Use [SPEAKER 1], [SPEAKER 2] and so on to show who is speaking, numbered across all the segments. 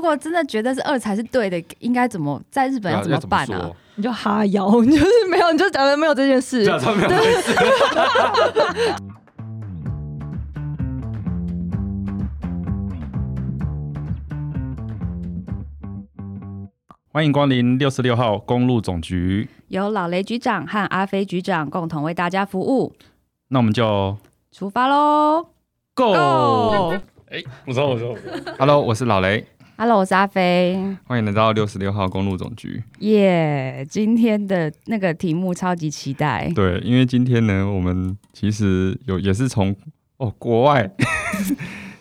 [SPEAKER 1] 果真的觉得是二才是对的，应该怎么在日本
[SPEAKER 2] 对啊
[SPEAKER 1] 要怎么办
[SPEAKER 2] 要
[SPEAKER 1] 啊？
[SPEAKER 2] 说
[SPEAKER 3] 你就哈腰， 你就是没有，你就假装没有这件事。
[SPEAKER 2] 假装没有这件事。
[SPEAKER 4] 欢迎光临六十六号公路总局，
[SPEAKER 1] 由老雷局长和阿飞局长共同为大家服务，
[SPEAKER 4] 那我们就
[SPEAKER 1] 出发喽
[SPEAKER 4] Go。
[SPEAKER 2] 哦
[SPEAKER 1] ！Go！
[SPEAKER 5] 我说，我说，我说，
[SPEAKER 2] Hello，我是老雷，
[SPEAKER 1] Hello，我是阿飞。
[SPEAKER 2] 欢迎来到六十六号公路总局。
[SPEAKER 1] 耶、今天的那个题目超级期待，
[SPEAKER 2] 对，因为今天呢，我们其实有也是从哦国 外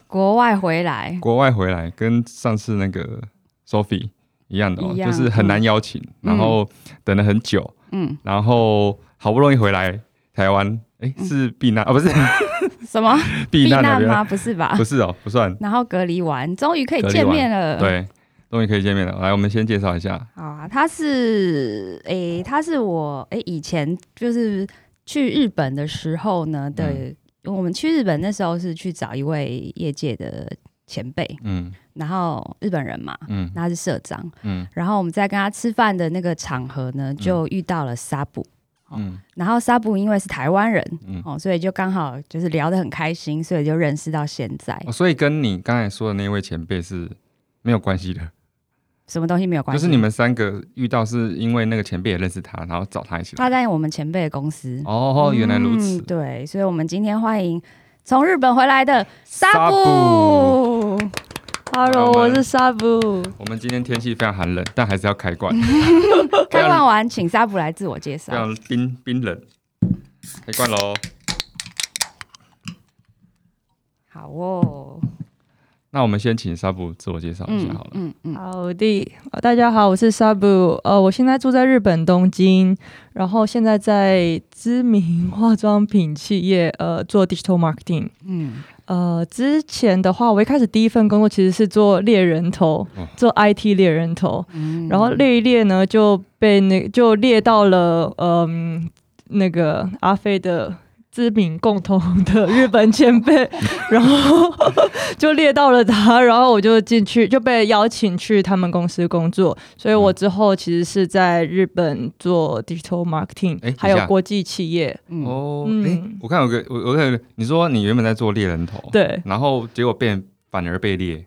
[SPEAKER 1] 国外回来
[SPEAKER 2] 国外回来，跟上次那个 Sophie 一样的、哦，
[SPEAKER 1] 一样
[SPEAKER 2] 就是很难邀请，然后等了很久，
[SPEAKER 1] 嗯，
[SPEAKER 2] 然后好不容易回来台湾，哎，是避难、啊，不是
[SPEAKER 1] 什么
[SPEAKER 2] 避难啊，
[SPEAKER 1] 嗯吗？不是吧
[SPEAKER 2] 不？是哦，不算，
[SPEAKER 1] 然后隔离完，终于可以
[SPEAKER 2] 隔离
[SPEAKER 1] 见
[SPEAKER 2] 完
[SPEAKER 1] 面了。。
[SPEAKER 2] 对，终于可以见面了。来，我们先介绍一下，
[SPEAKER 1] 好啊，他是诶、他是我诶、以前就是去日本的时候呢
[SPEAKER 2] 嗯
[SPEAKER 1] 的，我们去日本那时候是去找一位业界的前辈，
[SPEAKER 2] 嗯
[SPEAKER 1] 然后日本人嘛，
[SPEAKER 2] 嗯
[SPEAKER 1] 那他是社长，
[SPEAKER 2] 嗯
[SPEAKER 1] 然后我们在跟他吃饭的那个场合呢，就遇到了沙布，
[SPEAKER 2] 嗯
[SPEAKER 1] 然后沙布因为是台湾人。
[SPEAKER 2] 嗯、
[SPEAKER 1] 哦，所以就刚好就是聊得很开心，所以就认识到现在，
[SPEAKER 2] 哦，所以跟你刚才说的那位前辈是没有关系的，
[SPEAKER 1] 什么东西没有关
[SPEAKER 2] 就
[SPEAKER 1] 系。
[SPEAKER 2] 是你们三个遇到是因为那个前辈也认识他，然后找他一起来。
[SPEAKER 1] 他在我们前辈的公司，
[SPEAKER 2] 哦，原来如此。
[SPEAKER 1] 嗯对，所以我们今天欢迎从日本回来的沙布
[SPEAKER 2] 布。
[SPEAKER 3] Hello，我是沙布。
[SPEAKER 2] 我们今天天气非常寒冷，但还是要开罐，
[SPEAKER 1] 嗯开放完，请沙布来自我介
[SPEAKER 2] 非
[SPEAKER 1] 绍。
[SPEAKER 2] 常冰冰冷。开罐喽！
[SPEAKER 1] 好哦，
[SPEAKER 2] 那我们先请沙布自我介绍一下好了。
[SPEAKER 1] 嗯嗯，
[SPEAKER 3] 好的，呃大家好，我是 Sabu，呃，我现在住在日本东京，然后现在在知名化妆品企业呃做 digital marketing。
[SPEAKER 1] 嗯
[SPEAKER 3] 呃，之前的话，我一开始第一份工作其实是做猎人头
[SPEAKER 2] 哦，
[SPEAKER 3] 做 IT 猎人头，
[SPEAKER 1] 嗯
[SPEAKER 3] 然后猎一猎呢就被那就猎到了嗯、那个阿飞的。知名共同的日本前 辈，然后 就猎到了他，然后我就进去就被邀请去他们公司工作，所以
[SPEAKER 2] 嗯
[SPEAKER 3] 我之后其实是在日本做 digital marketing，、
[SPEAKER 2] 哎等一下
[SPEAKER 3] 还有国际企业，
[SPEAKER 1] 嗯
[SPEAKER 2] 哦，
[SPEAKER 3] 嗯
[SPEAKER 2] 诶我看有个我我看有个你说你原本在做猎人头，，
[SPEAKER 3] 对，
[SPEAKER 2] 然后结果变反而被猎，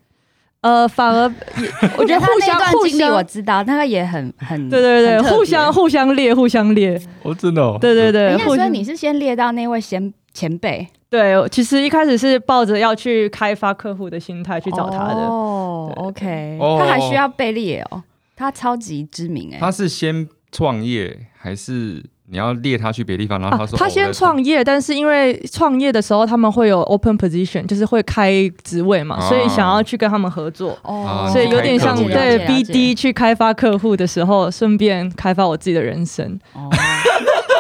[SPEAKER 3] 呃，反而 我
[SPEAKER 1] 我觉
[SPEAKER 3] 觉
[SPEAKER 1] 得
[SPEAKER 3] 得
[SPEAKER 1] 他
[SPEAKER 3] 互
[SPEAKER 1] 那一
[SPEAKER 3] 相
[SPEAKER 1] 段
[SPEAKER 3] 互
[SPEAKER 1] 经历我
[SPEAKER 3] 相，
[SPEAKER 1] 知道，那个也很 很
[SPEAKER 3] 对对对，
[SPEAKER 1] 很特别
[SPEAKER 3] 互相互相猎，互相猎，
[SPEAKER 2] 哦，真的、哦，
[SPEAKER 3] 对对对，
[SPEAKER 1] 应该
[SPEAKER 3] 互
[SPEAKER 1] 说
[SPEAKER 3] 相
[SPEAKER 1] 你是先列到那位先前辈
[SPEAKER 3] 对，其实一开始是抱着要去开发客户的心态去找他的，
[SPEAKER 1] 哦
[SPEAKER 3] 对
[SPEAKER 1] ，OK，
[SPEAKER 2] 哦
[SPEAKER 1] 他还需要被列哦，他超级知名哎，
[SPEAKER 2] 他是先创业还是你要猎他去别地方？然后
[SPEAKER 3] 啊
[SPEAKER 2] 他，说、哦
[SPEAKER 3] 他先创业，但是因为创业的时候他们会有 open position，就是会开职位嘛，
[SPEAKER 2] 啊
[SPEAKER 3] 所以想要去跟他们合作，
[SPEAKER 1] 哦
[SPEAKER 2] 啊
[SPEAKER 3] 所以有点像
[SPEAKER 2] 了解了
[SPEAKER 3] 对
[SPEAKER 2] 解
[SPEAKER 3] BD 去开发客户的时候，顺便开发我自己的人生。
[SPEAKER 1] 哦，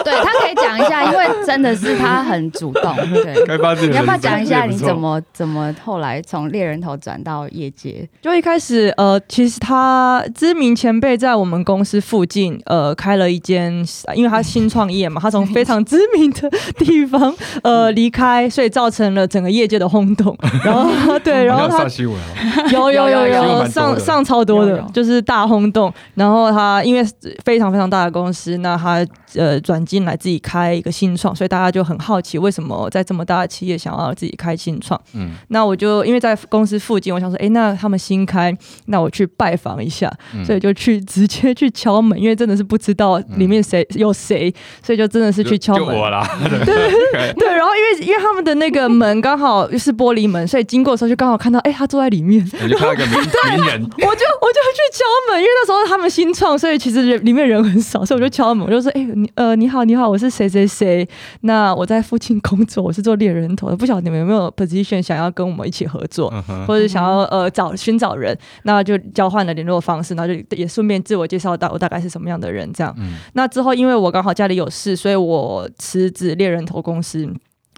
[SPEAKER 1] 对他可以讲一下，因为真的是他很主动。对，
[SPEAKER 2] 开发自己
[SPEAKER 1] 你要
[SPEAKER 2] 的人生，
[SPEAKER 1] 不要讲一下
[SPEAKER 2] 也
[SPEAKER 1] 你
[SPEAKER 2] 不错
[SPEAKER 1] 怎？么怎么后来从猎人头转到业界？
[SPEAKER 3] 就一开始，呃，其实他知名前辈在我们公司附近，呃，开了一间，因为他新创业嘛，他从非常知名的地方，呃，离开，所以造成了整个业界的轰动。然后，对，然
[SPEAKER 2] 你
[SPEAKER 3] 后
[SPEAKER 2] 有
[SPEAKER 3] 他
[SPEAKER 2] 上新闻哦、
[SPEAKER 3] 有有有
[SPEAKER 1] 有有
[SPEAKER 2] 有
[SPEAKER 3] 有
[SPEAKER 2] 蛮多
[SPEAKER 3] 上
[SPEAKER 2] 的
[SPEAKER 3] 上超多
[SPEAKER 1] 有
[SPEAKER 3] 的
[SPEAKER 1] 有，
[SPEAKER 3] 就是大轰动。然后他因为非常非常大的公司，那他呃转进来自己开一个新创，所以大家就很好奇，为什么在这么大的企业想要自己开新创？
[SPEAKER 2] 嗯
[SPEAKER 3] 那我就因为在公司附近，我想说，诶，那他们新开，那我去拜访一下，
[SPEAKER 2] 嗯，
[SPEAKER 3] 所以就去直接去敲门，因为真的是不知道里面谁、有谁，所以就真的是去敲
[SPEAKER 2] 就
[SPEAKER 3] 门。
[SPEAKER 2] 我啦，
[SPEAKER 3] 对，然后因为因为他们的那个门刚好是玻璃门，所以经过的时候就刚好看到，诶，他坐在里面，
[SPEAKER 2] 我就看到一个名名人，
[SPEAKER 3] 我就我就去敲门，因为那时候他们新创，所以其实人里面人很少，所以我就敲门，我就说：“哎、你呃，你好，你好，我是谁谁谁，那我在附近工作，我是做猎人头的，不晓得你们有没有 position 想要跟我们一起合作，
[SPEAKER 2] 嗯哼，
[SPEAKER 3] 或者想要呃找寻找人，那就交换了联络方式，然后就也顺便自我介绍到我大概是什么样的人这样。
[SPEAKER 2] 嗯
[SPEAKER 3] 那之后，因为我刚好家里有事，所以我辞职猎人头公司。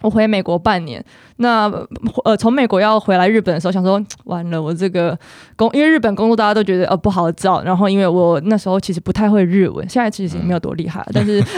[SPEAKER 3] 我回美国半年，那呃，从美国要回来日本的时候，想说嗯完了，我这个工，因为日本工作大家都觉得呃不好找，然后因为我那时候其实不太会日文，现在其实也没有多厉害，但是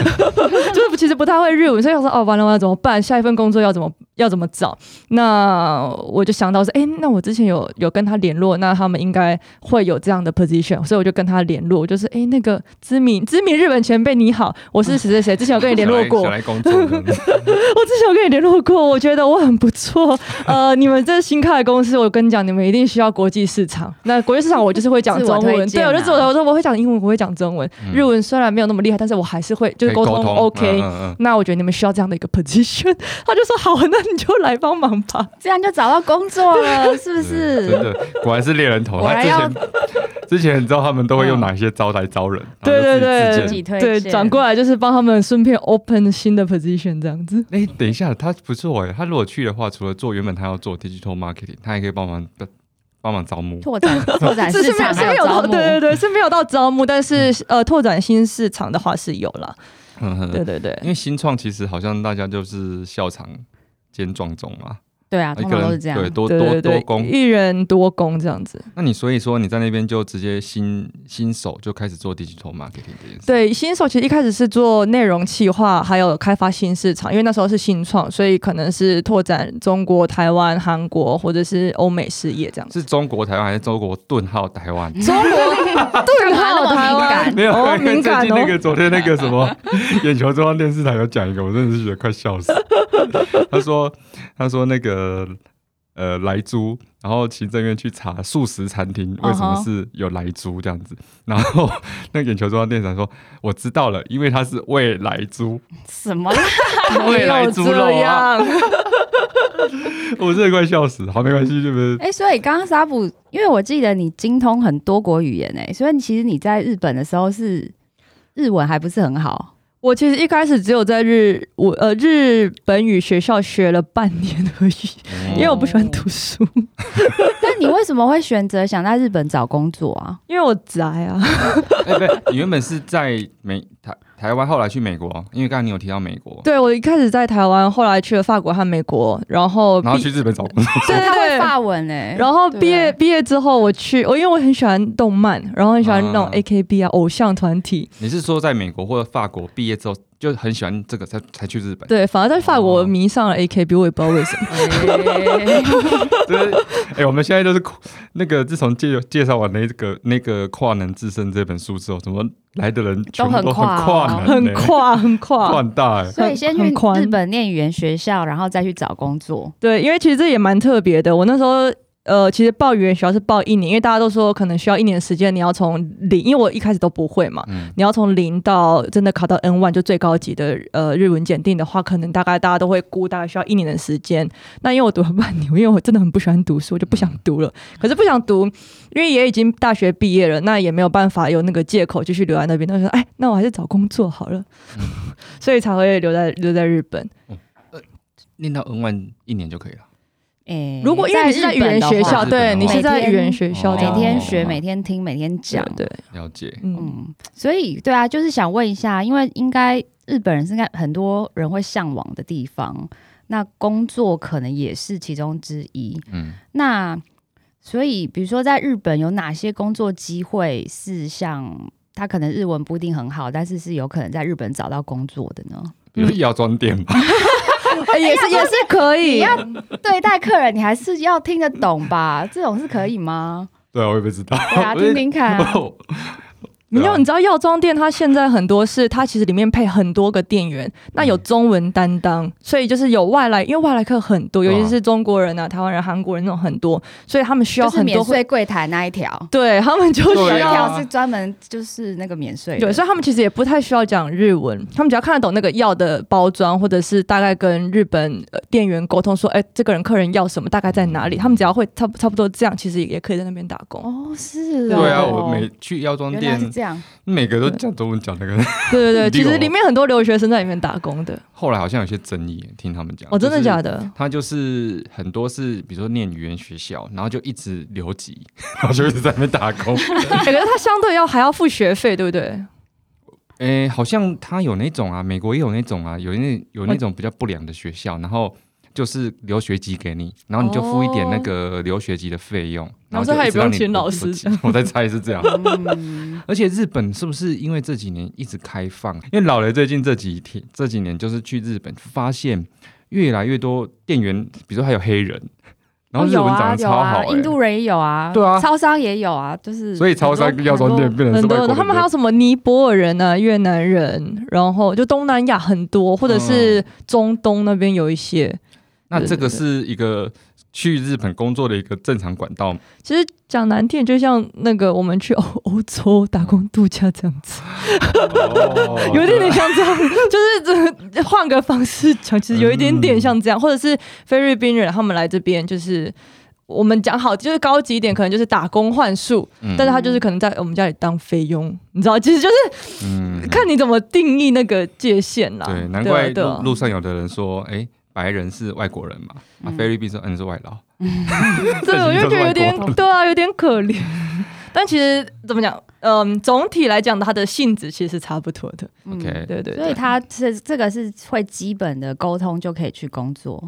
[SPEAKER 3] 就是其实不太会日文，所以想说哦完了完了怎么办？下一份工作要怎么要怎么找？那我就想到是，哎、那我之前有有跟他联络，那他们应该会有这样的 position，所以我就跟他联络，我就是哎、诶那个知名知名日本前辈你好，我是谁谁谁，之前有哦跟你 联络过
[SPEAKER 2] 小，来工作嗯这样子，
[SPEAKER 3] 我之前有跟你联络过，我觉得我很不错。呃，你们这新开的公司，我跟你讲，你们一定需要国际市场。那国际市场，我就是会讲 中
[SPEAKER 1] 自我推
[SPEAKER 3] 文，
[SPEAKER 1] 荐
[SPEAKER 3] 对
[SPEAKER 1] 啊
[SPEAKER 3] 我就自我我说我会讲英文，我会讲中文，
[SPEAKER 2] 嗯
[SPEAKER 3] 日文虽然没有那么厉害，但是我还是会，就是沟通
[SPEAKER 2] 可以
[SPEAKER 3] OK。
[SPEAKER 2] 嗯嗯
[SPEAKER 3] 那我觉得你们需要这样的一个 position，他就说好， 那你就来帮忙吧。
[SPEAKER 1] 这样就找到工作了，是不
[SPEAKER 2] 嗯真
[SPEAKER 1] 是？
[SPEAKER 2] 的果然是猎人头。
[SPEAKER 1] 我
[SPEAKER 2] 他
[SPEAKER 1] 还
[SPEAKER 2] 之
[SPEAKER 1] 要
[SPEAKER 2] 前 之前你知道他们都会用哪些招来招人？
[SPEAKER 3] 嗯对对
[SPEAKER 2] 然后就
[SPEAKER 1] 自
[SPEAKER 2] 自
[SPEAKER 1] 己
[SPEAKER 2] 己
[SPEAKER 3] 对，
[SPEAKER 2] 荐
[SPEAKER 1] 推
[SPEAKER 3] 对，
[SPEAKER 1] 荐
[SPEAKER 3] 转过来就是帮他们顺便 open 新的 position 这样子。
[SPEAKER 2] 哎，等一下，他不错哎，他如果去的话，除了做原本他要做 digital marketing，他还可以帮忙帮忙招募。
[SPEAKER 1] 拓 展拓展
[SPEAKER 3] 是
[SPEAKER 1] 啊市
[SPEAKER 3] 是没
[SPEAKER 1] 场，
[SPEAKER 3] 有是
[SPEAKER 1] 还
[SPEAKER 3] 没
[SPEAKER 1] 有
[SPEAKER 3] 有
[SPEAKER 1] 招
[SPEAKER 3] 到，
[SPEAKER 1] 募，
[SPEAKER 3] 对对对，是没有到招募，但是呃，拓展新市场的话是有啦。
[SPEAKER 2] 嗯嗯
[SPEAKER 3] 对对对，
[SPEAKER 2] 因为新创其实好像大家就是笑场兼撞钟嘛，
[SPEAKER 1] 对啊，
[SPEAKER 2] 一
[SPEAKER 1] 通
[SPEAKER 2] 个
[SPEAKER 1] 常都
[SPEAKER 2] 人
[SPEAKER 1] 是这样。
[SPEAKER 2] 对多
[SPEAKER 3] 对
[SPEAKER 2] 多
[SPEAKER 3] 对
[SPEAKER 2] 多
[SPEAKER 3] 对，
[SPEAKER 2] 工。
[SPEAKER 3] 一人多工这样子。
[SPEAKER 2] 那你所以说你在那边就直接新新手就开始做 digital marketing 这件事，
[SPEAKER 3] 对，新手其实一开始是做内容企划，还有开发新市场，因为那时候是新创，所以可能是拓展中国、台湾、韩国或者是欧美事业这样子。
[SPEAKER 2] 是中国台湾还是中国顿号台湾？
[SPEAKER 3] 中国对，
[SPEAKER 1] 嘛那么
[SPEAKER 3] 台
[SPEAKER 1] 敏
[SPEAKER 3] 湾
[SPEAKER 1] 感
[SPEAKER 2] 没有，
[SPEAKER 3] 哦，
[SPEAKER 2] 因为
[SPEAKER 3] 敏感
[SPEAKER 2] 最近那
[SPEAKER 3] 哦
[SPEAKER 2] 个。昨天那个什 么眼球中央电视台有讲一个，我真的是觉得快笑死。 他说他说那个呃莱猪，然后行政院去查素食餐厅为什么
[SPEAKER 1] 嗯哼
[SPEAKER 2] 是有莱猪这样子，然后 那个眼球中央电视台说我知道了，因为它是未来猪，
[SPEAKER 1] 什么 啦？
[SPEAKER 2] 未来
[SPEAKER 3] 有
[SPEAKER 2] 猪
[SPEAKER 3] 这
[SPEAKER 2] 肉啊，
[SPEAKER 3] 样，
[SPEAKER 2] 我真的快笑死。好，没关系，就是
[SPEAKER 1] 哎、所以刚刚沙布，因为我记得你精通很多国语言哎、所以你其实你在日本的时候是日文还不是很好，
[SPEAKER 3] 我其实一开始只有在日我呃日本语学校学了半年而已，因
[SPEAKER 2] 哦
[SPEAKER 3] 为我不喜欢读书，
[SPEAKER 1] 但你为什么会选择想在日本找工作啊？
[SPEAKER 3] 因为我宅啊。
[SPEAKER 2] 哎，不是，你原本是在美台台湾，后来去美国，因为刚才你有提到美国，
[SPEAKER 3] 对我一开始在台湾，后来去了法国和美国，然后
[SPEAKER 2] 然后
[SPEAKER 3] 毕
[SPEAKER 2] 去日本找工作，
[SPEAKER 3] 对
[SPEAKER 1] 他
[SPEAKER 3] 对
[SPEAKER 1] 会法文哎、
[SPEAKER 3] 然后毕业
[SPEAKER 1] 对
[SPEAKER 3] 毕业之后，我去，我因为我很喜欢动漫，然后很喜欢那种
[SPEAKER 2] 啊
[SPEAKER 3] A K B 啊偶像团体，
[SPEAKER 2] 你是说在美国或者法国毕业之后就很喜欢这个才才去日 本？
[SPEAKER 3] 对，反而在法国
[SPEAKER 2] 哦
[SPEAKER 3] 迷上了 A K B，我也不知道为什么。
[SPEAKER 1] 哎
[SPEAKER 2] 就是哎、我们现在都是 那个自从介介绍完那个那个跨能制胜这本书之后，怎么来的人全部
[SPEAKER 1] 都很
[SPEAKER 2] 都 很
[SPEAKER 1] 跨
[SPEAKER 2] 跨
[SPEAKER 1] 哦
[SPEAKER 2] 能、欸
[SPEAKER 3] 很跨，很跨
[SPEAKER 2] 跨，大、欸。
[SPEAKER 1] 所以先去
[SPEAKER 3] 很宽
[SPEAKER 1] 日本念语言学校，然后再去找工作。
[SPEAKER 3] 对，因为其实这也蛮特别的。我那时候呃，其实报语言学校是报一年，因为大家都说可能需要一年的时间，你要从零，因为我一开始都不会嘛，
[SPEAKER 2] 嗯，
[SPEAKER 3] 你要从零到真的考到 N one 就最高级的呃日文检定的话，可能大概大家都会估大概需要一年的时间。那因为我读了半年，因为我真的很不喜欢读书，我就不想读了。可是不想读，因为也已经大学毕业了，那也没有办法有那个借口继续留在那边。那就说，哎，那我还是找工作好了， 所以才会留在留在日本。
[SPEAKER 2] 念到 N 万一年就可以了。
[SPEAKER 1] 哎、
[SPEAKER 3] 如果因为你是在语言学
[SPEAKER 2] 在日本的话
[SPEAKER 3] 校，对你是在语言学校
[SPEAKER 2] 哦
[SPEAKER 3] 这
[SPEAKER 1] 每
[SPEAKER 3] 样
[SPEAKER 1] 天学、
[SPEAKER 2] 哦
[SPEAKER 1] 每天听、每天讲，
[SPEAKER 3] 对对，
[SPEAKER 2] 了解，
[SPEAKER 3] 嗯。
[SPEAKER 1] 嗯，所以对啊，就是想问一下，因为应该日本人是应该很多人会向往的地方，那工作可能也是其中之一。
[SPEAKER 2] 嗯，
[SPEAKER 1] 那所以，比如说在日本有哪些工作机会是像他可能日文不一定很好，但是是有可能在日本找到工作的呢？
[SPEAKER 2] 比如药妆店
[SPEAKER 1] 嗯
[SPEAKER 2] 吧，
[SPEAKER 3] 哎也是也是可
[SPEAKER 1] 你
[SPEAKER 3] 以，
[SPEAKER 1] 要对待客人，你还是要听得懂吧？ 这种是可以吗？
[SPEAKER 2] 对啊，我也不知道。
[SPEAKER 1] 对啊，
[SPEAKER 2] 我也
[SPEAKER 1] 听听看、啊。
[SPEAKER 3] 没
[SPEAKER 2] 对
[SPEAKER 3] 有，
[SPEAKER 2] 啊
[SPEAKER 3] 你知道药妆店它现在很多是它其实里面配很多个店员，那有中文担当，所以就是有外来，因为外来客很多，尤
[SPEAKER 2] 对啊
[SPEAKER 3] 其是中国人啊、台湾人、韩国人那种很多，所以他们需要
[SPEAKER 1] 就是
[SPEAKER 3] 很
[SPEAKER 1] 免
[SPEAKER 3] 多会，
[SPEAKER 1] 税柜台那一条，
[SPEAKER 3] 对他们就
[SPEAKER 1] 有一
[SPEAKER 3] 需
[SPEAKER 2] 对啊
[SPEAKER 3] 要。
[SPEAKER 1] 条是专门就是那个免税的，
[SPEAKER 3] 对，所以他们其实也不太需要讲日文，他们只要看得懂那个药的包装，或者是大概跟日本呃店员沟通说，哎、这个人客人要什么，大概在哪
[SPEAKER 2] 嗯
[SPEAKER 3] 里，他们只要会差不差不多这样，其实也可以在那边打 工。
[SPEAKER 1] 哦，是哦，
[SPEAKER 2] 对啊，我每去药妆
[SPEAKER 1] 原来是
[SPEAKER 2] 店，
[SPEAKER 1] 这样，
[SPEAKER 2] 每个都讲中文讲那个。
[SPEAKER 3] 对对对，其
[SPEAKER 2] 六
[SPEAKER 3] 实里面很多留学生在里面打工的。
[SPEAKER 2] 后来好像有些争议，听他们讲。
[SPEAKER 3] 哦，真的
[SPEAKER 2] 啊就是
[SPEAKER 3] 假的？
[SPEAKER 2] 他就是很多是，比如说念语言学校，然后就一直留 级，然后就一直在那边打 工。
[SPEAKER 3] 哎可是他相对要还要付学费，对不对？
[SPEAKER 2] 诶、好像他有那种啊，美国也有那种啊，有那有那种比较不良的学校，然后就是留学籍给你，然后你就付一点那个留学籍的费用，哦然
[SPEAKER 3] 然
[SPEAKER 2] 后就
[SPEAKER 3] 后所以他也
[SPEAKER 2] 一直让
[SPEAKER 3] 不用
[SPEAKER 2] 你
[SPEAKER 3] 请老
[SPEAKER 2] 补
[SPEAKER 3] 师
[SPEAKER 2] 习。 我在猜是这样。
[SPEAKER 1] 嗯
[SPEAKER 2] 而且日本是不是因为这几年一直开放？因为老雷最近这几天这几年就是去日本，发现越来越多店员，比如说还有黑人， 然后日
[SPEAKER 1] 有
[SPEAKER 2] 文
[SPEAKER 1] 啊
[SPEAKER 2] 长得
[SPEAKER 1] 有
[SPEAKER 2] 超好、
[SPEAKER 1] 啊，
[SPEAKER 2] 欸
[SPEAKER 1] 印度人也有啊，
[SPEAKER 2] 对啊
[SPEAKER 1] 超商也有啊，就是
[SPEAKER 2] 所以超商
[SPEAKER 1] 很
[SPEAKER 2] 跟
[SPEAKER 1] 多
[SPEAKER 2] 药妆店
[SPEAKER 1] 很多
[SPEAKER 2] 变成
[SPEAKER 3] 很
[SPEAKER 2] 是外
[SPEAKER 3] 多
[SPEAKER 2] 国
[SPEAKER 3] 的，
[SPEAKER 2] 人。
[SPEAKER 3] 他们还有什么尼泊尔人啊、越南人，然后就东南亚很多，或者
[SPEAKER 2] 嗯
[SPEAKER 3] 是中东那边有一些。
[SPEAKER 2] 那这个
[SPEAKER 3] 对对
[SPEAKER 2] 是一个去日本工作的一个正常管道吗，
[SPEAKER 3] 其实讲难听，就像那个我们去 欧欧洲打工度假这样子，
[SPEAKER 2] 哦
[SPEAKER 3] 有一点点像这样，就是这换个方式讲，其实有一点点像
[SPEAKER 2] 嗯
[SPEAKER 3] 这样，或者是菲律宾人他们来这边就是。我们讲好就是高级一点，可能就是打工换宿，
[SPEAKER 2] 嗯
[SPEAKER 3] 但是他就是可能在我们家里当菲佣，你知道，其实就是
[SPEAKER 2] 嗯，
[SPEAKER 3] 看你怎么定义那个界限啦。
[SPEAKER 2] 对，难怪
[SPEAKER 3] 啊对啊
[SPEAKER 2] 路路上有的人说，哎、白人是外国人嘛，啊
[SPEAKER 1] 嗯
[SPEAKER 2] 菲律宾说，嗯，你是外劳。
[SPEAKER 3] 对，啊我就觉得
[SPEAKER 2] 这已经算是外
[SPEAKER 3] 有点
[SPEAKER 2] 国人，
[SPEAKER 3] 对啊，有点可怜。 但其实怎么讲，嗯，总体来讲，它的性质其实是差不多的。
[SPEAKER 1] 嗯
[SPEAKER 2] OK，
[SPEAKER 3] 对对
[SPEAKER 1] 所以
[SPEAKER 3] 对，
[SPEAKER 1] 他是这个是会基本的沟通就可以去工作，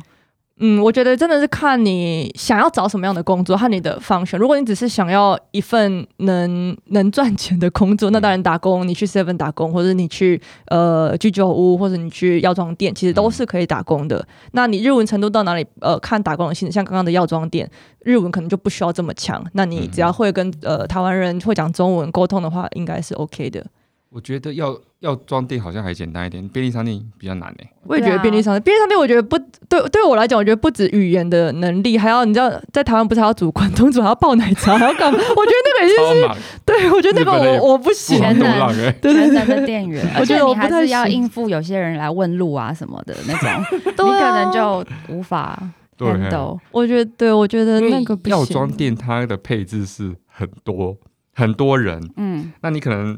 [SPEAKER 3] 嗯，我觉得真的是看你想要找什么样的工作和你的方向。如果你只是想要一份能能赚钱的工作，那当然打工，你去 Seven 打工，或者你去呃居酒屋，或者你去药妆店，其实都是可以打工的。那你日文程度到哪里？呃，看打工的性质，像刚刚的药妆店，日文可能就不需要这么强。那你只要会跟呃台湾人会讲中文沟通的话，应该是 OK 的。
[SPEAKER 2] 我觉得药药妆店好像还简单一点，便利商店比较难欸诶、
[SPEAKER 3] 我也觉得
[SPEAKER 1] 对啊
[SPEAKER 3] 便利商店，便利商店我觉得不对，对我来讲，我觉得不止语言的能力，还要你知道，在台湾不是还要煮关东煮，还要泡奶茶，还要 干嘛？我觉得那个也是，
[SPEAKER 2] 超忙，
[SPEAKER 3] 对我觉得那
[SPEAKER 2] 日
[SPEAKER 3] 个
[SPEAKER 2] 本人也
[SPEAKER 3] 我我不行
[SPEAKER 2] 不，
[SPEAKER 1] 全
[SPEAKER 2] 忙
[SPEAKER 1] 能
[SPEAKER 2] 独浪欸诶、
[SPEAKER 3] 对对
[SPEAKER 1] 全
[SPEAKER 3] 对
[SPEAKER 1] 能的店员，而
[SPEAKER 3] 我觉
[SPEAKER 1] 且
[SPEAKER 3] 得我
[SPEAKER 1] 你
[SPEAKER 3] 不
[SPEAKER 1] 还
[SPEAKER 3] 太
[SPEAKER 1] 是要
[SPEAKER 3] 行
[SPEAKER 1] 应付有些人来问路啊什么的那种，
[SPEAKER 3] 对啊
[SPEAKER 1] 你可能就无法
[SPEAKER 2] 对
[SPEAKER 1] handle。
[SPEAKER 3] 我觉得对，我觉得那个不行
[SPEAKER 2] 药妆店它的配置是很多很多人，
[SPEAKER 1] 嗯，
[SPEAKER 2] 那你可能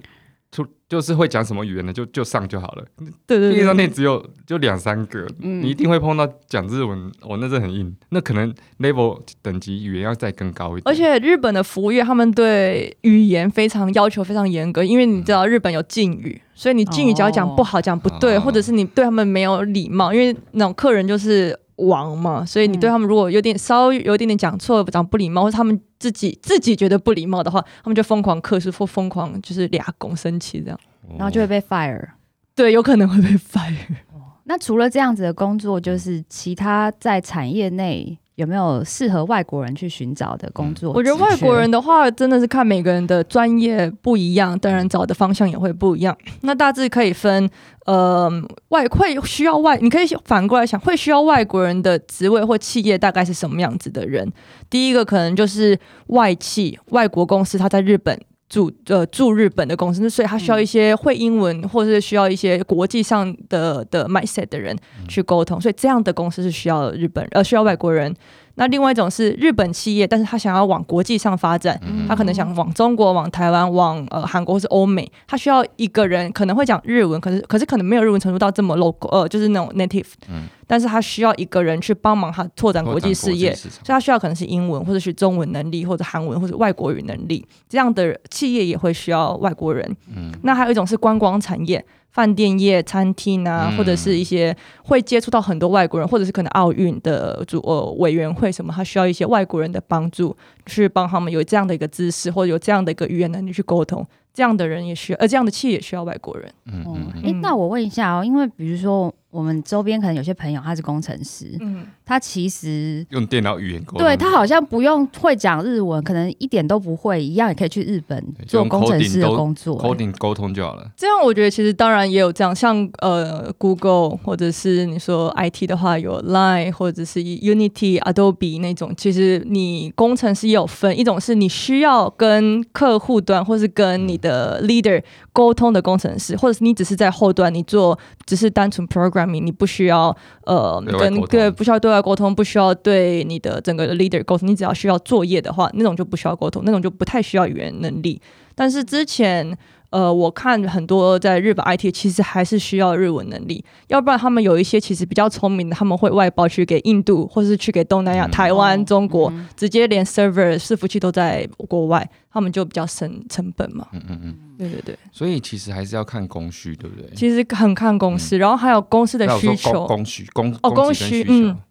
[SPEAKER 2] 出就是会讲什么语言的就就上就好了。
[SPEAKER 3] 对
[SPEAKER 2] 便
[SPEAKER 3] 对
[SPEAKER 2] 利
[SPEAKER 3] 对
[SPEAKER 2] 商店只有就两三个，
[SPEAKER 1] 嗯
[SPEAKER 2] 你一定会碰到讲日文，哦，那是很硬，那可能 level 等级语言要再更高一点。
[SPEAKER 3] 而且日本的服务业，他们对语言非常要求非常严格，因为你知道日本有敬语，所以你敬语只要讲不好、讲不对，
[SPEAKER 2] 哦
[SPEAKER 3] 或者是你对他们没有礼貌，因为那种客人就是王嘛，所以你对他们如果有点稍微有一点点讲错、讲不礼貌，或者他们自己自己觉得不礼貌的话，他们就疯狂克诉或疯狂就是俩拱生气这样，
[SPEAKER 2] 哦，
[SPEAKER 1] 然后就会被 fire。
[SPEAKER 3] 对，有可能会被 fire。
[SPEAKER 1] 那除了这样子的工作，就是其他在产业内有没有适合外国人去寻找的工作职缺？
[SPEAKER 3] 我觉得外国人的话，真的是看每个人的专业不一样，当然找的方向也会不一样。那大致可以分，呃，外会需要外，你可以反过来想，会需要外国人的职位或企业大概是什么样子的人？第一个可能就是外企，外国公司，他在日本。驻呃驻日本的公司，所以他需要一些会英文，或是需要一些国际上的的 mindset 的人去沟通，所以这样的公司是需要日本呃需要外国人。那另外一种是日本企业，但是他想要往国际上发展，
[SPEAKER 2] 嗯
[SPEAKER 3] 他可能想往中国、往台湾、往呃韩国或是欧美，他需要一个人可能会讲日文，可是可是可能没有日文程度到这么 local，呃，就是那种 native，、
[SPEAKER 2] 嗯
[SPEAKER 3] 但是他需要一个人去帮忙他拓展
[SPEAKER 2] 拓展
[SPEAKER 3] 国际事业，
[SPEAKER 2] 市场
[SPEAKER 3] 所以他需要可能是英文或者是中文能力，或者韩文或者外国语能力，这样的企业也会需要外国人。
[SPEAKER 2] 嗯
[SPEAKER 3] 那还有一种是观光产业，饭店业、餐厅啊，
[SPEAKER 2] 嗯
[SPEAKER 3] 或者是一些会接触到很多外国人，或者是可能奥运的主呃委员会什么，他需要一些外国人的帮助，去帮他们有这样的一个知识或者有这样的一个语言能力去沟通。这样的人也需要，呃，这样的企业也需要外国人。
[SPEAKER 2] 嗯
[SPEAKER 1] 哦
[SPEAKER 2] 嗯，嗯
[SPEAKER 1] 诶，那我问一下哦，因为比如说我们周边可能有些朋友他是工程师，
[SPEAKER 3] 嗯，
[SPEAKER 1] 他其实
[SPEAKER 2] 用电脑语言沟通，
[SPEAKER 1] 对他好像不用会讲日文，可能一点都不会，一样也可以去日本
[SPEAKER 2] 对就
[SPEAKER 1] 做
[SPEAKER 2] 用
[SPEAKER 1] 工程师的
[SPEAKER 2] coding 都
[SPEAKER 1] 工作。
[SPEAKER 2] coding 沟通就好了。
[SPEAKER 3] 这样我觉得其实当然也有这样，像呃 Google 或者是你说 IT 的话有 Line 或者是 Unity、Adobe 那种，其实你工程师也有分，一种是你需要跟客户端或是跟
[SPEAKER 2] 嗯
[SPEAKER 3] 你的 leader 沟通的工程师，或者是你只是在后端你做只是单纯 programming，你不需要呃
[SPEAKER 2] 对外
[SPEAKER 3] 跟
[SPEAKER 2] 沟通
[SPEAKER 3] 对不需要对外沟通，不需要对你的整个的 leader 沟通，你只要需要作业的话，那种就不需要沟通，那种就不太需要语言能力。但是之前呃，我看很多在日本 IT 其实还是需要日文能力，要不然他们有一些其实比较聪明的，他们会外包去给印度，或是去给东南亚、
[SPEAKER 2] 嗯
[SPEAKER 3] 台湾、
[SPEAKER 1] 哦
[SPEAKER 3] 中国，
[SPEAKER 1] 嗯
[SPEAKER 3] 直接连 server 伺服器都在国外，他们就比较省成本嘛。
[SPEAKER 2] 嗯嗯嗯，
[SPEAKER 3] 对对对，
[SPEAKER 2] 所以其实还是要看供需，对不对？
[SPEAKER 3] 其实很看公司，然后还有公司的
[SPEAKER 2] 那我说
[SPEAKER 3] 需求。
[SPEAKER 2] 供供需供
[SPEAKER 3] 哦
[SPEAKER 2] 供给
[SPEAKER 3] 供需
[SPEAKER 2] 跟需求啊
[SPEAKER 3] 嗯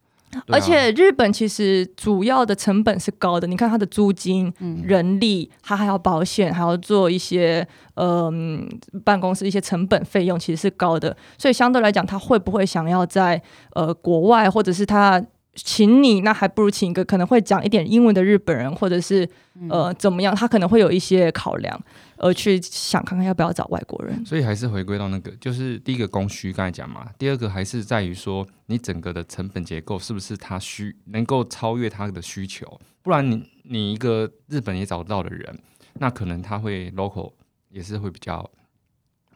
[SPEAKER 3] 而且日本其实主要的成本是高的，你看它的租金、
[SPEAKER 1] 嗯
[SPEAKER 3] 人力，它还要保险，还要做一些嗯、办公室一些成本费用，其实是高的。所以相对来讲，他会不会想要在呃国外，或者是他请你，那还不如请一个可能会讲一点英文的日本人，或者是
[SPEAKER 1] 嗯
[SPEAKER 3] 呃怎么样，他可能会有一些考量，而去想看看要不要找外国人。
[SPEAKER 2] 所以还是回归到那个，就是第一个供需，刚才讲嘛，第二个还是在于说你整个的成本结构是不是它需能够超越它的需求，不然你你一个日本也找不到的人，那可能他会 local 也是会比较